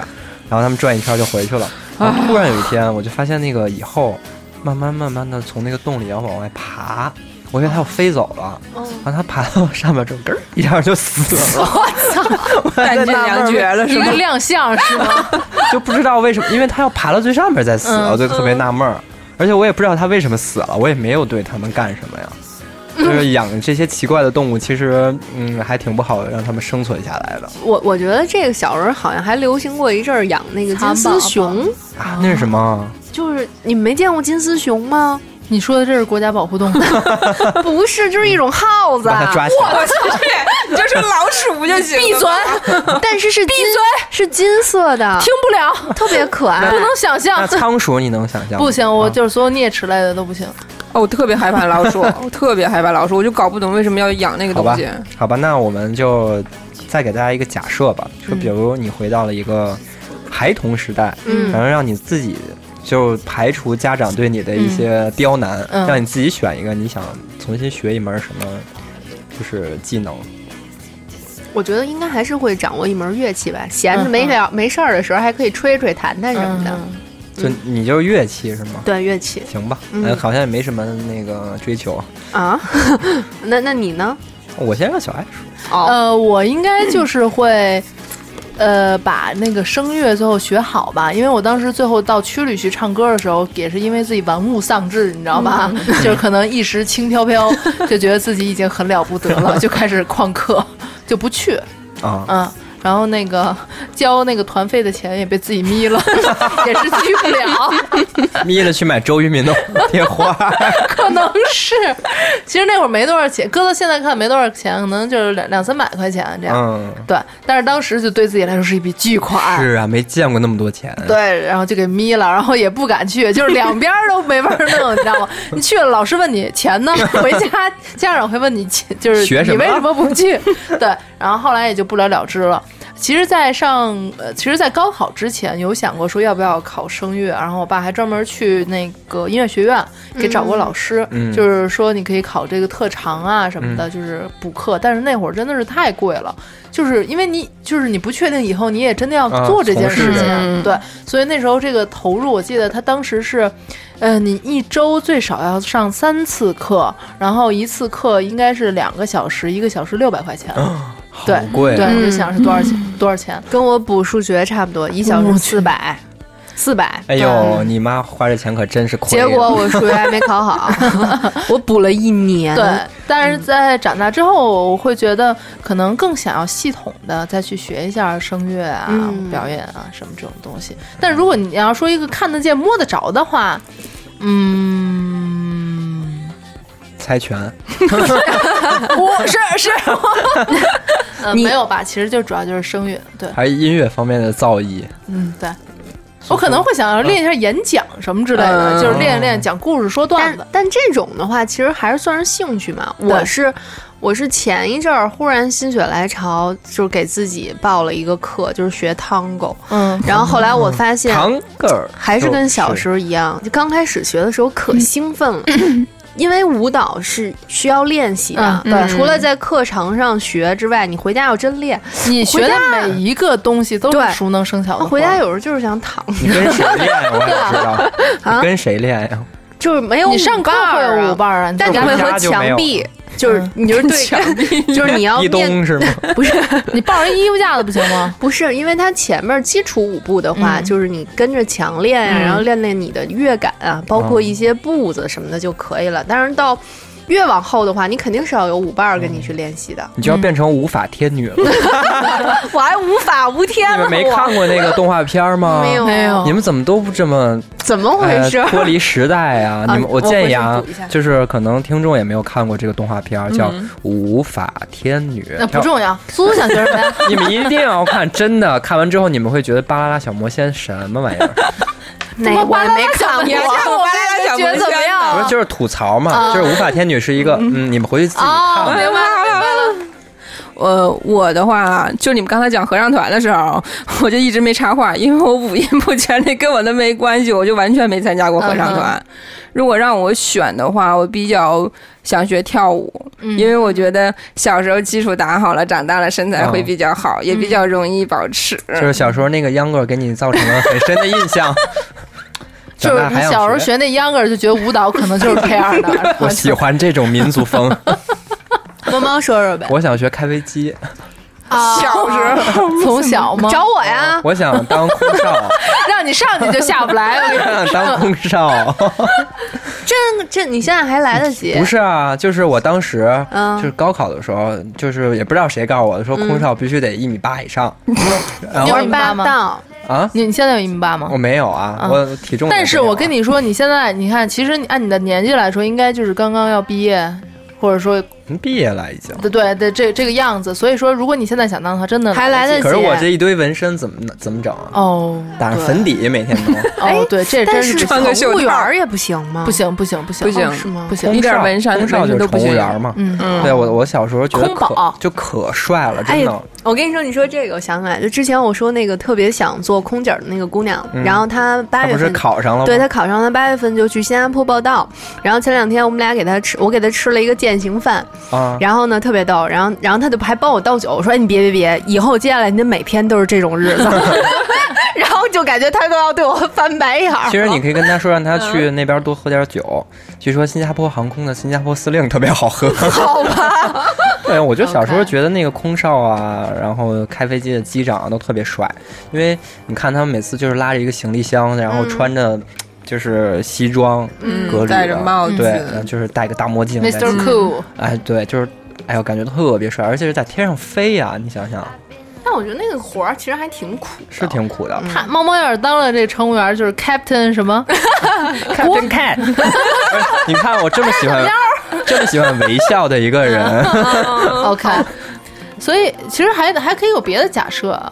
Speaker 1: 然后他们转一圈就回去了。然后突然有一天，我就发现那个蚁后慢慢慢慢的从那个洞里要往外爬。我以为它要飞走了，然后它爬到上面之后，咯儿一下就死了，
Speaker 10: 弹尽粮绝 了是
Speaker 4: 一
Speaker 10: 吗
Speaker 4: 个？亮相是吗？
Speaker 1: 就不知道为什么，因为它要爬到最上面再死，
Speaker 4: 嗯
Speaker 1: 我就特别纳闷儿。而且我也不知道它为什么死了，我也没有对它们干什么呀。就是养这些奇怪的动物，其实嗯还挺不好让它们生存下来的
Speaker 9: 我我觉得这个小时候好像还流行过一阵儿养那个金丝熊，
Speaker 1: 啊。那是什
Speaker 4: 哦
Speaker 1: 么？
Speaker 9: 就是你没见过金丝 熊吗？
Speaker 4: 你说的这是国家保护 动物，
Speaker 9: 不是，就是一种耗子。啊
Speaker 1: 把它抓起来！
Speaker 10: 你就是老鼠不就行了？
Speaker 4: 闭嘴，
Speaker 9: 但是是闭嘴，是金色的，
Speaker 4: 听不了，
Speaker 9: 特别 可爱
Speaker 1: 嗯
Speaker 4: 不。能想象
Speaker 1: 那。仓鼠你能想象吗？
Speaker 4: 不行，我
Speaker 1: 啊
Speaker 4: 就是所有啮齿类的都不行。
Speaker 10: 哦，我特别害怕老鼠，我特别害怕老鼠，我就搞不懂为什么要养那个
Speaker 1: 好
Speaker 10: 东
Speaker 1: 吧
Speaker 10: 西。，
Speaker 1: 好吧，那我们就再给大家一个假设吧，就
Speaker 4: 嗯
Speaker 1: 比如你回到了一个孩童时代，
Speaker 9: 嗯
Speaker 1: 然后让你自己就排除家长对你的一些刁难，
Speaker 4: 嗯
Speaker 1: 让你自己选一个你想重新学一门什么，就是技能。
Speaker 9: 我觉得应该还是会掌握一门乐器
Speaker 4: 嗯
Speaker 9: 吧，闲着没了没事儿的时候还可以吹吹、弹弹什么的。
Speaker 4: 嗯，
Speaker 1: 就你就是乐器是吗？
Speaker 9: 对乐器
Speaker 1: 行吧，
Speaker 9: 嗯
Speaker 1: 呃好像也没什么那个追求。
Speaker 9: 啊， 那那你呢？
Speaker 1: 我先让小爱说，
Speaker 9: 哦，
Speaker 4: 呃，我应该就是会。呃，把那个声乐最后学好吧，因为我当时最后到区里去唱歌的时候，也是因为自己玩物丧志，你知道吧？ 就是可能一时轻飘飘，就觉得自己已经很了不得了，就开始旷课，就不去。
Speaker 1: 啊，
Speaker 4: 嗯，然后那个交那个团费的钱也被自己眯了， 也是去不了。
Speaker 1: 啊眯了去买周渝 民的电话，
Speaker 4: 可能是，其实那会儿没多少钱，搁到现在看没多少钱，可能就是两两三百块钱这样。
Speaker 1: 嗯，
Speaker 4: 对，但是当时就对自己来说是一笔巨款。
Speaker 1: 是啊，没见过那么多钱。
Speaker 4: 对，然后就给眯了，然后也不敢去，就是两边儿都没法弄，你 知道吗？你去了，老师问你钱呢，回家家长会问你钱，就是
Speaker 1: 学什
Speaker 4: 你为
Speaker 1: 么
Speaker 4: 什么不去？对，然后后来也就不了了之了。其实，在上呃，其实，在高考之前有想过说要不要考声乐，然后我爸还专门去那个音乐学院给找过老师，
Speaker 15: 嗯
Speaker 4: 就是说你可以考这个特长啊什么的，
Speaker 15: 嗯
Speaker 4: 就是补课。但是那会儿真的是太贵了，就是因为你就是你不确定以后你也真的要
Speaker 15: 啊
Speaker 4: 做这件事
Speaker 15: 从事
Speaker 4: 情，
Speaker 15: 嗯
Speaker 4: 对，所以那时候这个投入，我记得他当时是，呃，你一周最少要上三次课，然后一次课应该是两个小时，一个小时六百块钱。对，
Speaker 1: 啊
Speaker 15: 贵
Speaker 4: 对，
Speaker 15: 嗯
Speaker 4: 我就想是多少钱？多少钱？
Speaker 9: 跟我补数学差不多，一小时四百，四百。
Speaker 1: 哎呦，你妈花这钱可真是亏
Speaker 9: 结
Speaker 1: 了。
Speaker 9: 果我数学还没考好，我补了一年。
Speaker 4: 对，但是在长大之后，我会觉得可能更想要系统的再去学一下声乐啊、
Speaker 9: 嗯
Speaker 4: 表演啊什么这种东西。但如果你要说一个看得见、摸得着的话，嗯，
Speaker 1: 猜拳，
Speaker 4: 我是是， 呃，
Speaker 1: 你
Speaker 4: 没有吧？其实就主要就是声乐，对，
Speaker 1: 还是音乐方面的造诣。
Speaker 4: 嗯，对。我可能会想要练一下演讲什么之类
Speaker 1: 嗯
Speaker 4: 的，就是练一练讲故事、说段子。
Speaker 9: 但这种的话，其实还是算是兴趣嘛。
Speaker 4: 对
Speaker 9: 我是我是前一阵儿忽然心血来潮，就是给自己报了一个课，就是学 tango。
Speaker 4: 嗯
Speaker 9: 然后后来我 发现
Speaker 1: 堂哥儿
Speaker 9: 还是跟小时
Speaker 1: 候
Speaker 9: 候一样，就刚开始学的时候
Speaker 4: 嗯
Speaker 9: 可兴 奋了。因为舞蹈是需要练习的，
Speaker 4: 嗯对
Speaker 9: 除了在课堂上学之外，你回家要真练。
Speaker 4: 你学的每一个东西都
Speaker 9: 对
Speaker 4: 是熟能生巧的活儿。
Speaker 9: 回家有时候就是想躺
Speaker 1: 你
Speaker 9: 着
Speaker 1: 跟谁练呀？我想知道。
Speaker 9: 啊
Speaker 1: 你跟谁练呀？
Speaker 9: 就是没有
Speaker 4: 你上课会有舞伴儿啊嗯你
Speaker 9: 但你
Speaker 4: 就是
Speaker 9: 会
Speaker 1: 回
Speaker 9: 和
Speaker 1: 家就没
Speaker 9: 墙
Speaker 1: 有
Speaker 9: 壁，就是你就是 对
Speaker 4: 墙壁
Speaker 9: 着， 就是你要
Speaker 1: 一
Speaker 9: 面
Speaker 1: 东是 吗？
Speaker 4: 你抱人衣服架子不行吗？
Speaker 9: 不是，因为它前面基础舞步的话，就是你跟着墙练呀、
Speaker 4: 嗯
Speaker 9: 然后练练你的乐感啊，包括一些步子什么的就可以了。
Speaker 4: 嗯
Speaker 9: 但是到越往后的话，你肯定是要有舞伴儿跟你去练习的。
Speaker 1: 你就要变成无法天女了。
Speaker 9: 我还无法无天
Speaker 1: 你们
Speaker 9: 了，
Speaker 1: 没
Speaker 9: 我
Speaker 1: 看过那个动画片儿
Speaker 4: 嗯
Speaker 1: 吗？
Speaker 9: 没有没有
Speaker 1: 你们怎么都不这么
Speaker 9: 怎么回事
Speaker 1: 哎脱离时代啊！
Speaker 9: 啊
Speaker 1: 你们，我建议
Speaker 9: 我
Speaker 1: 啊
Speaker 9: 回去补一下，
Speaker 1: 就是可能听众也没有看过这个动画片儿，叫《
Speaker 4: 嗯
Speaker 1: 无法天女》，
Speaker 4: 那不重要。苏苏想学什么呀？
Speaker 1: 你们一定要看，真的看完之后你们会觉得《巴啦啦小魔仙》什么 玩意儿？
Speaker 9: 哪我也没看过，
Speaker 4: 你还看过
Speaker 9: 我
Speaker 4: 巴啦啦小
Speaker 9: 觉
Speaker 4: 魔
Speaker 9: 得怎么
Speaker 4: 仙
Speaker 9: 样？
Speaker 1: 不是，就是吐槽嘛，
Speaker 9: 哦
Speaker 10: 啊
Speaker 1: 就是无法天女是一个，嗯，你们回去自己看吧。
Speaker 10: 呃，我的话，就你们刚才讲合唱团的时候， 我就一直没插话，因为我五音不全，这跟我的没关系，我就完全没参加过合唱
Speaker 4: 嗯
Speaker 10: 团。如果让我选的话，我比较想学跳舞，
Speaker 4: 嗯
Speaker 10: 因为我觉得小时候基础打好了，长大了身材会比较好，
Speaker 4: 嗯
Speaker 10: 也比较容易保持。
Speaker 1: 就是小时候那个秧歌给你造成了很深的印 象，
Speaker 4: 就
Speaker 1: 长
Speaker 4: 是
Speaker 1: 大
Speaker 4: 你
Speaker 1: 还想
Speaker 4: 小时候学 那秧歌儿，就觉得舞蹈可能就是这样的。
Speaker 1: 我喜欢这种民族 风，
Speaker 9: 猫猫说说呗。
Speaker 1: 我想学开飞机，
Speaker 9: 小时候
Speaker 4: 从小吗？
Speaker 9: 找我呀，
Speaker 1: 我想当空少，
Speaker 4: 啊 让你上去就下 不来。我
Speaker 1: 我
Speaker 4: 跟你说
Speaker 1: 想当空 少。
Speaker 9: 这哦这你现在还来得及？
Speaker 1: 不是啊，就是我当时
Speaker 9: 嗯
Speaker 1: 就是高考的时候，就是也不知道谁告诉我的，说空
Speaker 4: 嗯
Speaker 1: 少必须得一米八以上。然
Speaker 4: 你
Speaker 1: 后
Speaker 4: 有一米八吗？
Speaker 1: 啊，
Speaker 4: 你你现在有一米八吗？
Speaker 1: 我没有啊，
Speaker 4: 嗯
Speaker 1: 我体重也没有啊。
Speaker 4: 但是我跟你说，你现在你看，其实你按你的年纪来说，应该就是刚刚要毕业，或者说
Speaker 1: 你毕业了已经。
Speaker 4: 对对对这这个样子。所以说，如果你现在想当的话，真的
Speaker 9: 还来得
Speaker 1: 可是我这一堆纹身怎么弄怎么整啊？
Speaker 4: 哦，
Speaker 1: 打上粉底每 天都。
Speaker 4: 哦，对，这
Speaker 9: 但
Speaker 4: 真是
Speaker 9: 宠物园儿也不行吗？
Speaker 4: 不行不行不行
Speaker 9: 不行
Speaker 4: 哦是吗？不行，
Speaker 1: 空少空少就是
Speaker 4: 不
Speaker 1: 宠
Speaker 4: 行
Speaker 1: 物园嘛。
Speaker 4: 嗯嗯
Speaker 1: 对我我小时候觉得
Speaker 4: 空
Speaker 1: 可
Speaker 4: 宝
Speaker 1: 就可帅了，
Speaker 9: 哎
Speaker 1: 真
Speaker 9: 呀
Speaker 1: 的。，
Speaker 9: 我跟你说，你说这个，我想起来，就之前我说那个特别想做空姐儿的那个姑娘，
Speaker 1: 嗯
Speaker 9: 然后她八
Speaker 4: 哎
Speaker 1: 她
Speaker 9: 月
Speaker 1: 不
Speaker 9: 份
Speaker 1: 是考上了吗？
Speaker 9: 对她考上了，八月份就去新加坡报道。然后前两天我们俩给她吃，我给她吃了一个践行饭，
Speaker 1: 啊，
Speaker 9: 然后呢特别逗，然后然后她就还帮我倒酒，我说哎你别别别，以后接下来你得每天都是这种日子。 然后就感觉她都要对我翻白眼 儿。
Speaker 1: 其实你可以跟他说，让他
Speaker 4: 嗯
Speaker 1: 去那边多喝点酒。据说新加坡航空的新加坡司令特别好 喝。
Speaker 9: 好吧，
Speaker 1: 对，我就小时候觉得那个空少啊，然后开飞机的机长啊都特别帅，因为你看他们每次就是拉着一个行李箱，然后
Speaker 4: 嗯
Speaker 1: 穿着就是西装，
Speaker 4: 嗯
Speaker 1: 革履的
Speaker 4: 戴着帽子
Speaker 1: 对，然后就是戴个大墨镜戴起
Speaker 4: Mr. Cool
Speaker 1: 哎，对，就是哎呦，感觉特别帅，而且是在天上飞呀、你想想，
Speaker 9: 但我觉得那个活儿其实还挺苦。
Speaker 1: 是挺苦
Speaker 9: 嗯
Speaker 1: 的。
Speaker 4: 他猫猫要是当了这乘务员，就是 Captain 什么 Captain
Speaker 1: Cat，你看我这么喜欢，这么喜欢微笑的一个 人，
Speaker 4: OK，所以其实还还可以有别的假设啊，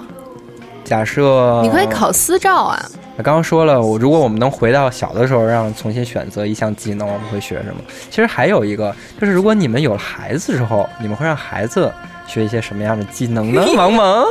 Speaker 1: 假设
Speaker 9: 你可以考私照啊，
Speaker 1: 刚刚说了，我如果我们能回到小的时候，让重新选择一项技能，我们会学什么？其实还有一个，就是如果你们有了孩子之后，你们会让孩子学一些什么样的技能 呢？萌萌，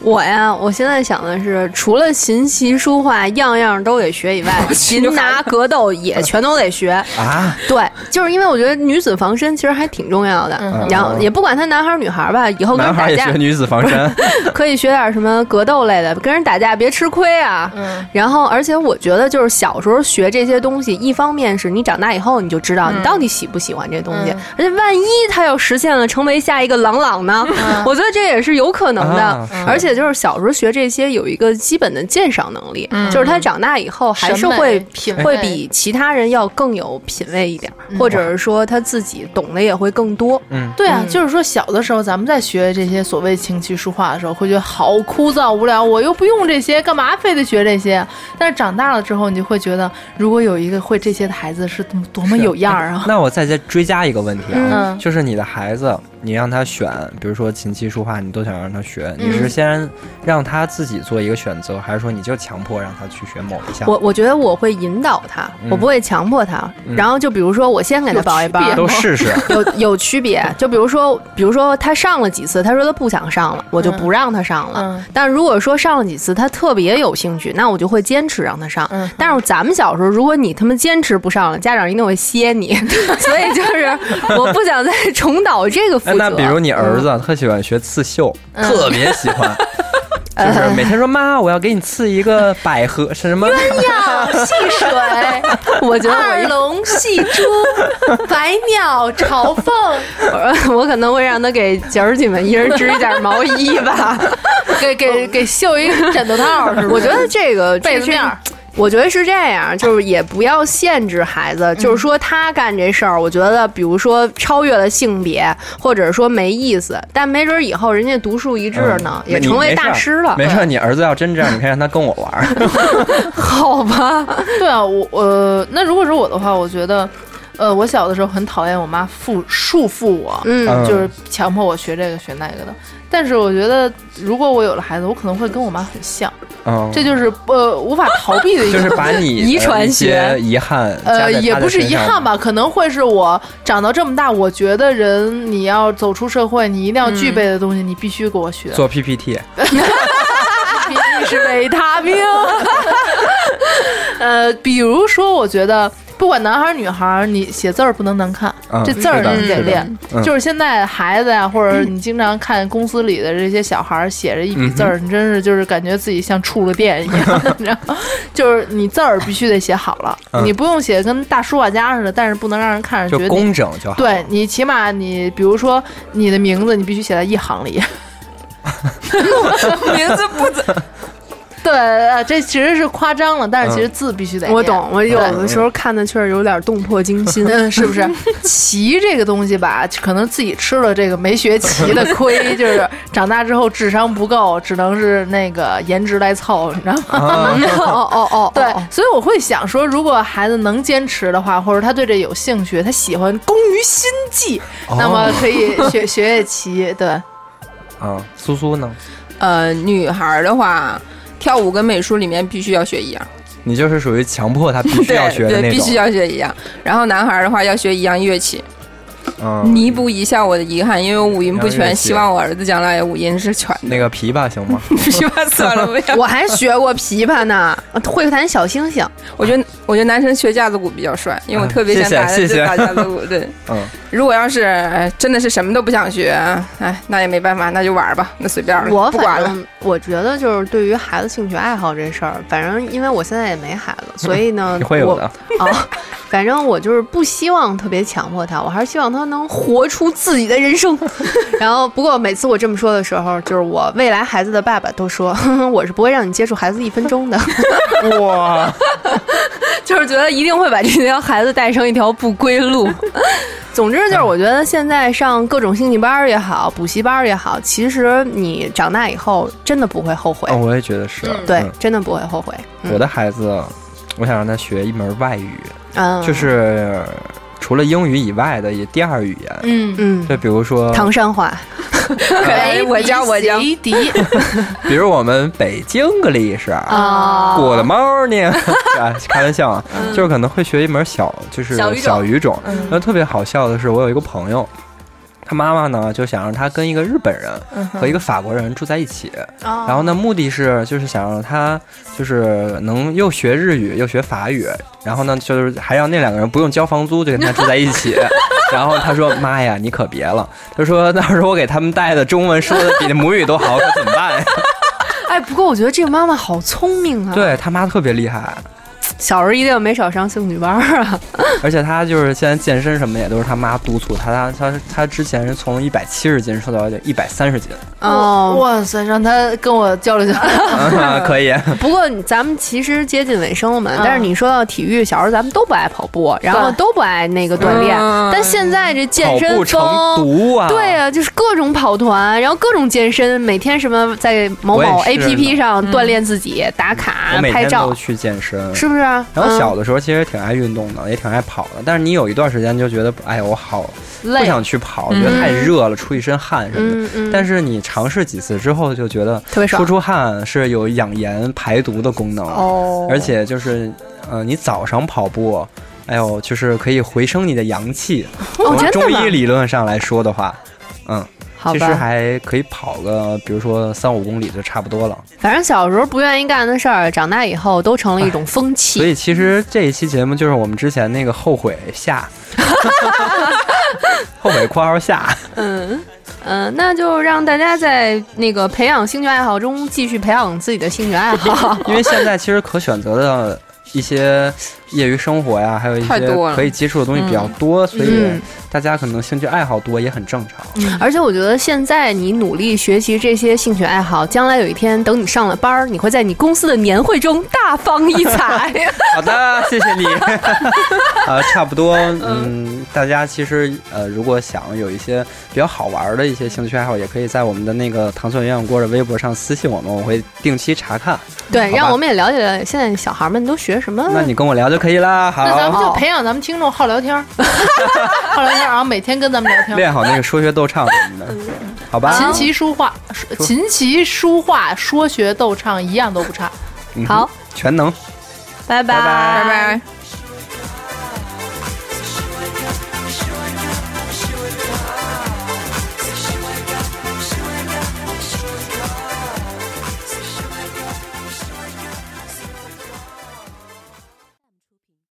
Speaker 9: 我呀，我现在想的是，除了琴棋书画样样都得学以外，擒拿格斗也全都得学
Speaker 1: 啊。
Speaker 9: 对，就是因为我觉得女子防身其实还挺重要的。
Speaker 1: 嗯
Speaker 9: 然后也不管他男孩儿女孩儿吧，以后
Speaker 1: 男
Speaker 9: 跟人打
Speaker 1: 孩也学
Speaker 9: 架
Speaker 1: 女子防身，
Speaker 9: 可以学点什么格斗类的，跟人打架别吃亏啊。
Speaker 4: 嗯，
Speaker 9: 然后而且我觉得就是小时候学这些东西，一方面是你长大以后你就知道你到底喜不喜欢这东西，
Speaker 4: 嗯
Speaker 9: 而且万一他要实现了成为下一个朗朗 呢？我觉得这也是有可能的。
Speaker 4: 啊是
Speaker 9: 而且就是小时候学这些有一个基本的鉴赏能力，
Speaker 4: 嗯
Speaker 9: 就是他长大以后还是
Speaker 4: 审美
Speaker 9: 会
Speaker 4: 品味嗯
Speaker 9: 会比其他人要更有品味一点，或者是说他自己懂得也会更多。
Speaker 1: 嗯
Speaker 4: 对啊，就是说小的时候咱们在学这些所谓琴棋书画的时候，会觉得好枯燥无聊，我又不用这些，干嘛非得学这些？但是长大了之后，你就会觉得，如果有一个会这些的孩子，是多么多么有样儿啊！
Speaker 1: 那我再再追加一个问题啊，
Speaker 4: 嗯
Speaker 1: 就是你的孩子，你让他选，比如说琴棋书画，你都想让他学，
Speaker 9: 嗯
Speaker 1: 你是先让他自己做一个选择，还是说你就强迫让他去学某一项？
Speaker 9: 我我觉得我会引导他，
Speaker 1: 嗯
Speaker 9: 我不会强迫他。
Speaker 1: 嗯
Speaker 9: 然后就比如说，我先给他报一班，
Speaker 1: 都试 试
Speaker 9: 有有区别。 就比如说，比如说他上了几次，他说他不想上了，
Speaker 1: 嗯
Speaker 9: 我就不让他上了。
Speaker 4: 嗯
Speaker 9: 但如果说上了几次，他特别有兴趣，那我就会坚持让他上。
Speaker 1: 嗯
Speaker 9: 但是咱们小时候，如果你他妈坚持不上了，家长一定会 歇你。所以就是我不想再重蹈这个覆
Speaker 1: 哎，
Speaker 9: 辙。
Speaker 1: 那比如你儿
Speaker 4: 嗯
Speaker 1: 子特喜欢学刺绣，
Speaker 9: 嗯
Speaker 1: 特别喜欢。 就是每天说妈，我要给你刺一个百合是什么？
Speaker 4: 鸳
Speaker 9: 戏水， 我觉得我
Speaker 4: 二龙戏珠，白鸟朝凤，
Speaker 9: 我可能会让他给姐儿姐们一人织一件毛衣吧，
Speaker 4: 给给给绣一个枕头套是吧？
Speaker 9: 我觉得这个
Speaker 4: 被子面儿。
Speaker 9: 这是我觉得是这样，就是也不要限制孩子，
Speaker 4: 嗯
Speaker 9: 就是说他干这事儿，我觉得比如说超越了性别，或者说没意思，但没准以后人家独树一帜呢，
Speaker 1: 嗯
Speaker 9: 也
Speaker 1: 你
Speaker 9: 成
Speaker 1: 没
Speaker 9: 为
Speaker 1: 事
Speaker 9: 大
Speaker 1: 儿
Speaker 9: 师了。
Speaker 1: 没事儿，你儿子要真这样，你可以让他跟我玩儿。
Speaker 9: 好吧？
Speaker 4: 对啊，我呃，那如果是我的话，我觉得，呃，我小的时候很讨厌我妈缚束缚我，
Speaker 1: 嗯
Speaker 4: 就是强迫我学这个学那个的。但是我觉得，如果我有了孩子，我可能会跟我妈很像，
Speaker 1: 嗯，
Speaker 4: 这就是呃无法逃避的一
Speaker 1: 就
Speaker 4: 个
Speaker 1: 是把你 的一些遗憾加
Speaker 4: 呃，
Speaker 1: 在他的
Speaker 4: 也不是
Speaker 1: 身
Speaker 4: 遗
Speaker 1: 上
Speaker 4: 憾吧，可能会是我长到这么大，我觉得人你要走出社会，你一定要具备的东西，你必须给我学。
Speaker 1: 做 PPT，嗯
Speaker 4: 毕竟是维他命。 呃，比如说，我觉得不管男孩儿女孩儿，你写字儿不能难看，
Speaker 9: 嗯
Speaker 4: 这字儿
Speaker 9: 是的
Speaker 4: 你得
Speaker 9: 是的
Speaker 4: 练。
Speaker 9: 嗯
Speaker 4: 就是现在孩子呀、或者你经常看公司里的这些小孩儿写着一笔字儿，
Speaker 9: 嗯
Speaker 4: 你真是就是感觉自己像触了电一 样，你知道吗？就是你字儿必须得写好了，
Speaker 1: 嗯
Speaker 4: 你不用写跟大书法家似的，但是不能让人看着
Speaker 1: 就
Speaker 4: 觉得你
Speaker 1: 工整就好。
Speaker 4: 对你起码你比如说你的名字，你必须写在一行 里。
Speaker 10: 名字不怎。
Speaker 4: 对，呃这其实是夸张了，但是其实
Speaker 9: 嗯
Speaker 4: 字必须得、
Speaker 9: 我懂，我有的时候
Speaker 4: 对
Speaker 9: 看的确实有点动魄 惊心，
Speaker 4: 嗯，是不是？棋这个东西吧，可能自己吃了这个没学棋的 亏，就是长大之后智商不够，只能是那个颜值来凑，你知 道吗
Speaker 9: 啊？哦哦哦，
Speaker 4: 对，所以我会想说，如果孩子能坚持的话，或者他对这有兴趣，他喜欢工于心计，
Speaker 1: 哦
Speaker 4: 那么可以学学学棋。对，
Speaker 1: 啊，苏苏呢？
Speaker 10: 呃，女孩儿的话，跳舞跟美术里面必须要学一样，
Speaker 1: 你就是属于强迫他必须要学的
Speaker 10: 对
Speaker 1: 那
Speaker 10: 对，必
Speaker 1: 种
Speaker 10: 须。要学一样。然后男孩儿的话要学一样乐器，
Speaker 1: 嗯，
Speaker 10: 弥补一下我的遗憾，因为我五音不
Speaker 1: 一样乐器啊
Speaker 10: 全，希望我儿子将来五音是全 的。
Speaker 1: 那个琵琶行吗？
Speaker 10: 琵琶算了，不要。
Speaker 9: 我还学过琵琶呢，会弹小星星。
Speaker 10: 我觉得，我觉得男生学架子鼓比较帅，因为我特别想打
Speaker 1: 啊谢谢谢谢
Speaker 10: 打架子鼓。对，
Speaker 1: 嗯，
Speaker 10: 如果要是哎真的是什么都不想学，哎，那也没办法，那就玩儿吧，那随便了，
Speaker 9: 我
Speaker 10: 不管
Speaker 9: 反
Speaker 10: 了。
Speaker 9: 正我觉得就是对于孩子兴趣爱好这事儿，反正因为我现在也没孩子，所 以呢，
Speaker 1: 你会有
Speaker 9: 我
Speaker 1: 的。
Speaker 9: 啊，反正我就是不希望特别强迫他，我还是希望他能活出自己的人生。 然后，不过每次我这么说的时候，就是我未来孩子 的 爸爸都说，哼哼，我是不会让你接触孩子一分钟的。
Speaker 1: 哇，
Speaker 9: 就是觉得一定会把这条孩子带上一条不归路。 总之就是，我觉得现在上各种兴趣班儿也好，补习班儿也好，其实你长大以后真的不会后悔。
Speaker 1: 嗯，我也觉得是。
Speaker 9: 对
Speaker 1: 嗯，
Speaker 9: 真的不会后悔。嗯
Speaker 1: 我的孩子，我想让他学一门外语，
Speaker 9: 嗯
Speaker 1: 就是除了英语以外的也第二语言。
Speaker 9: 嗯嗯，
Speaker 1: 就比如说，
Speaker 9: 唐山话，
Speaker 10: 哎我家我家
Speaker 9: 雷迪
Speaker 1: 比如我们北京个历史，
Speaker 9: 啊
Speaker 1: 我的 猫呢？啊，开玩笑啊，就是可能会学一门小，就是
Speaker 14: 嗯小语种
Speaker 1: 小语种
Speaker 14: 嗯。
Speaker 1: 那特别好笑的是，我有一个朋友，他妈妈呢就想让他跟一个日本人
Speaker 14: 嗯哼
Speaker 1: 和一个法国人住在一起，
Speaker 14: 哦
Speaker 1: 然后呢目的是就是想让他就是能又学日语又学法语，然后呢就是还让那两个人不用交房租就跟他住在一 起。然后他说：“妈呀，你可别了！”他说：“到时候我给他们带的中文说的比那母语都好，可怎么办呀？”
Speaker 9: 哎，不过我觉得这个妈妈好聪
Speaker 14: 嗯
Speaker 9: 明啊！，
Speaker 1: 对他妈特别厉害，
Speaker 9: 小时候一定没少上兴趣班儿啊。
Speaker 1: 而且他就是现在健身什么的也都是他妈督促他，他他他之前是从一百七十斤瘦到一百三 十斤，
Speaker 9: 哦，
Speaker 4: 哇塞，让他跟我交流交
Speaker 1: 啊
Speaker 4: 流。
Speaker 1: 可以。
Speaker 9: 嗯不过咱们其实接近尾声了嘛，
Speaker 4: 嗯
Speaker 9: 但是你说到体育，小时候咱们都不爱跑步，然后
Speaker 4: 对
Speaker 9: 都不爱那个锻炼，
Speaker 10: 嗯
Speaker 9: 但现在这健
Speaker 1: 跑
Speaker 9: 身
Speaker 1: 步成毒
Speaker 9: 风，
Speaker 1: 啊
Speaker 9: 对啊，就是各种跑团，然后各种健身，每天什么在某
Speaker 1: 我
Speaker 9: 某
Speaker 1: 也是呢
Speaker 9: APP 上锻炼自己、打卡
Speaker 1: 我、每
Speaker 9: 拍
Speaker 1: 天
Speaker 9: 照
Speaker 1: 都，去健身，
Speaker 9: 是不是啊
Speaker 1: 然后
Speaker 9: 嗯
Speaker 1: 小的时候其实挺爱运动的，也挺爱跑的，但是你有一段时间就觉得，哎呀，我好
Speaker 9: 累
Speaker 1: 不想去跑，
Speaker 9: 嗯
Speaker 1: 觉得太热了，出一身汗什么
Speaker 9: 嗯
Speaker 1: 的。
Speaker 9: 嗯
Speaker 1: 但是你尝试几次之后，就觉得
Speaker 9: 特别爽
Speaker 1: 出出汗是有养颜排毒的功能，
Speaker 9: 哦
Speaker 1: 而且就是，呃，你早上跑步。哎呦，就是可以回升你的阳气。
Speaker 9: 哦
Speaker 1: 从
Speaker 9: 真的
Speaker 1: 中
Speaker 9: 吗
Speaker 1: 医理论上来说的话，嗯，
Speaker 9: 好
Speaker 1: 其实
Speaker 9: 吧
Speaker 1: 还可以跑个，比如说三五公里就差不多了。
Speaker 9: 反正小时候不愿意干的事儿，长大以后都成了一种风气。
Speaker 1: 所以其实这一期节目就是我们之前那个后悔 下，后悔括号下，，
Speaker 9: 嗯嗯，那就让大家在那个培养兴趣爱好中继续培养自己的兴趣爱 好
Speaker 1: 因为现在其实可选择的一些业余生活呀，还有一
Speaker 9: 太
Speaker 1: 些
Speaker 9: 多了
Speaker 1: 可以接触的东西比较多，所以
Speaker 9: 嗯
Speaker 1: 大家可能兴趣爱好多也很正常。
Speaker 9: 而且我觉得现在你努力学习这些兴趣爱好，将来有一天等你上了班儿，你会在你公司的年会中大放异彩。
Speaker 1: 好的，谢谢你。呃，差不多，嗯，大家其实呃，如果想有一些比较好玩的一些兴趣爱好，也可以在我们的那个糖蒜鸳鸯锅的微博上私信我们，我会定期查看。
Speaker 9: 对，
Speaker 1: 好吧
Speaker 9: 让我们也了解了现在小孩们都学什么。
Speaker 1: 那你跟我聊就可以啦。好，
Speaker 4: 那咱们就培养咱们听众好聊天儿，好聊天儿，然后啊每天跟咱们聊天儿，
Speaker 1: 练好那个说学逗唱什么的，好吧？
Speaker 4: 琴棋书画，说
Speaker 1: 说
Speaker 4: 琴棋书画、说学逗唱一样都不差。
Speaker 1: 嗯哼，全能。
Speaker 9: 拜拜
Speaker 1: 拜
Speaker 9: 拜。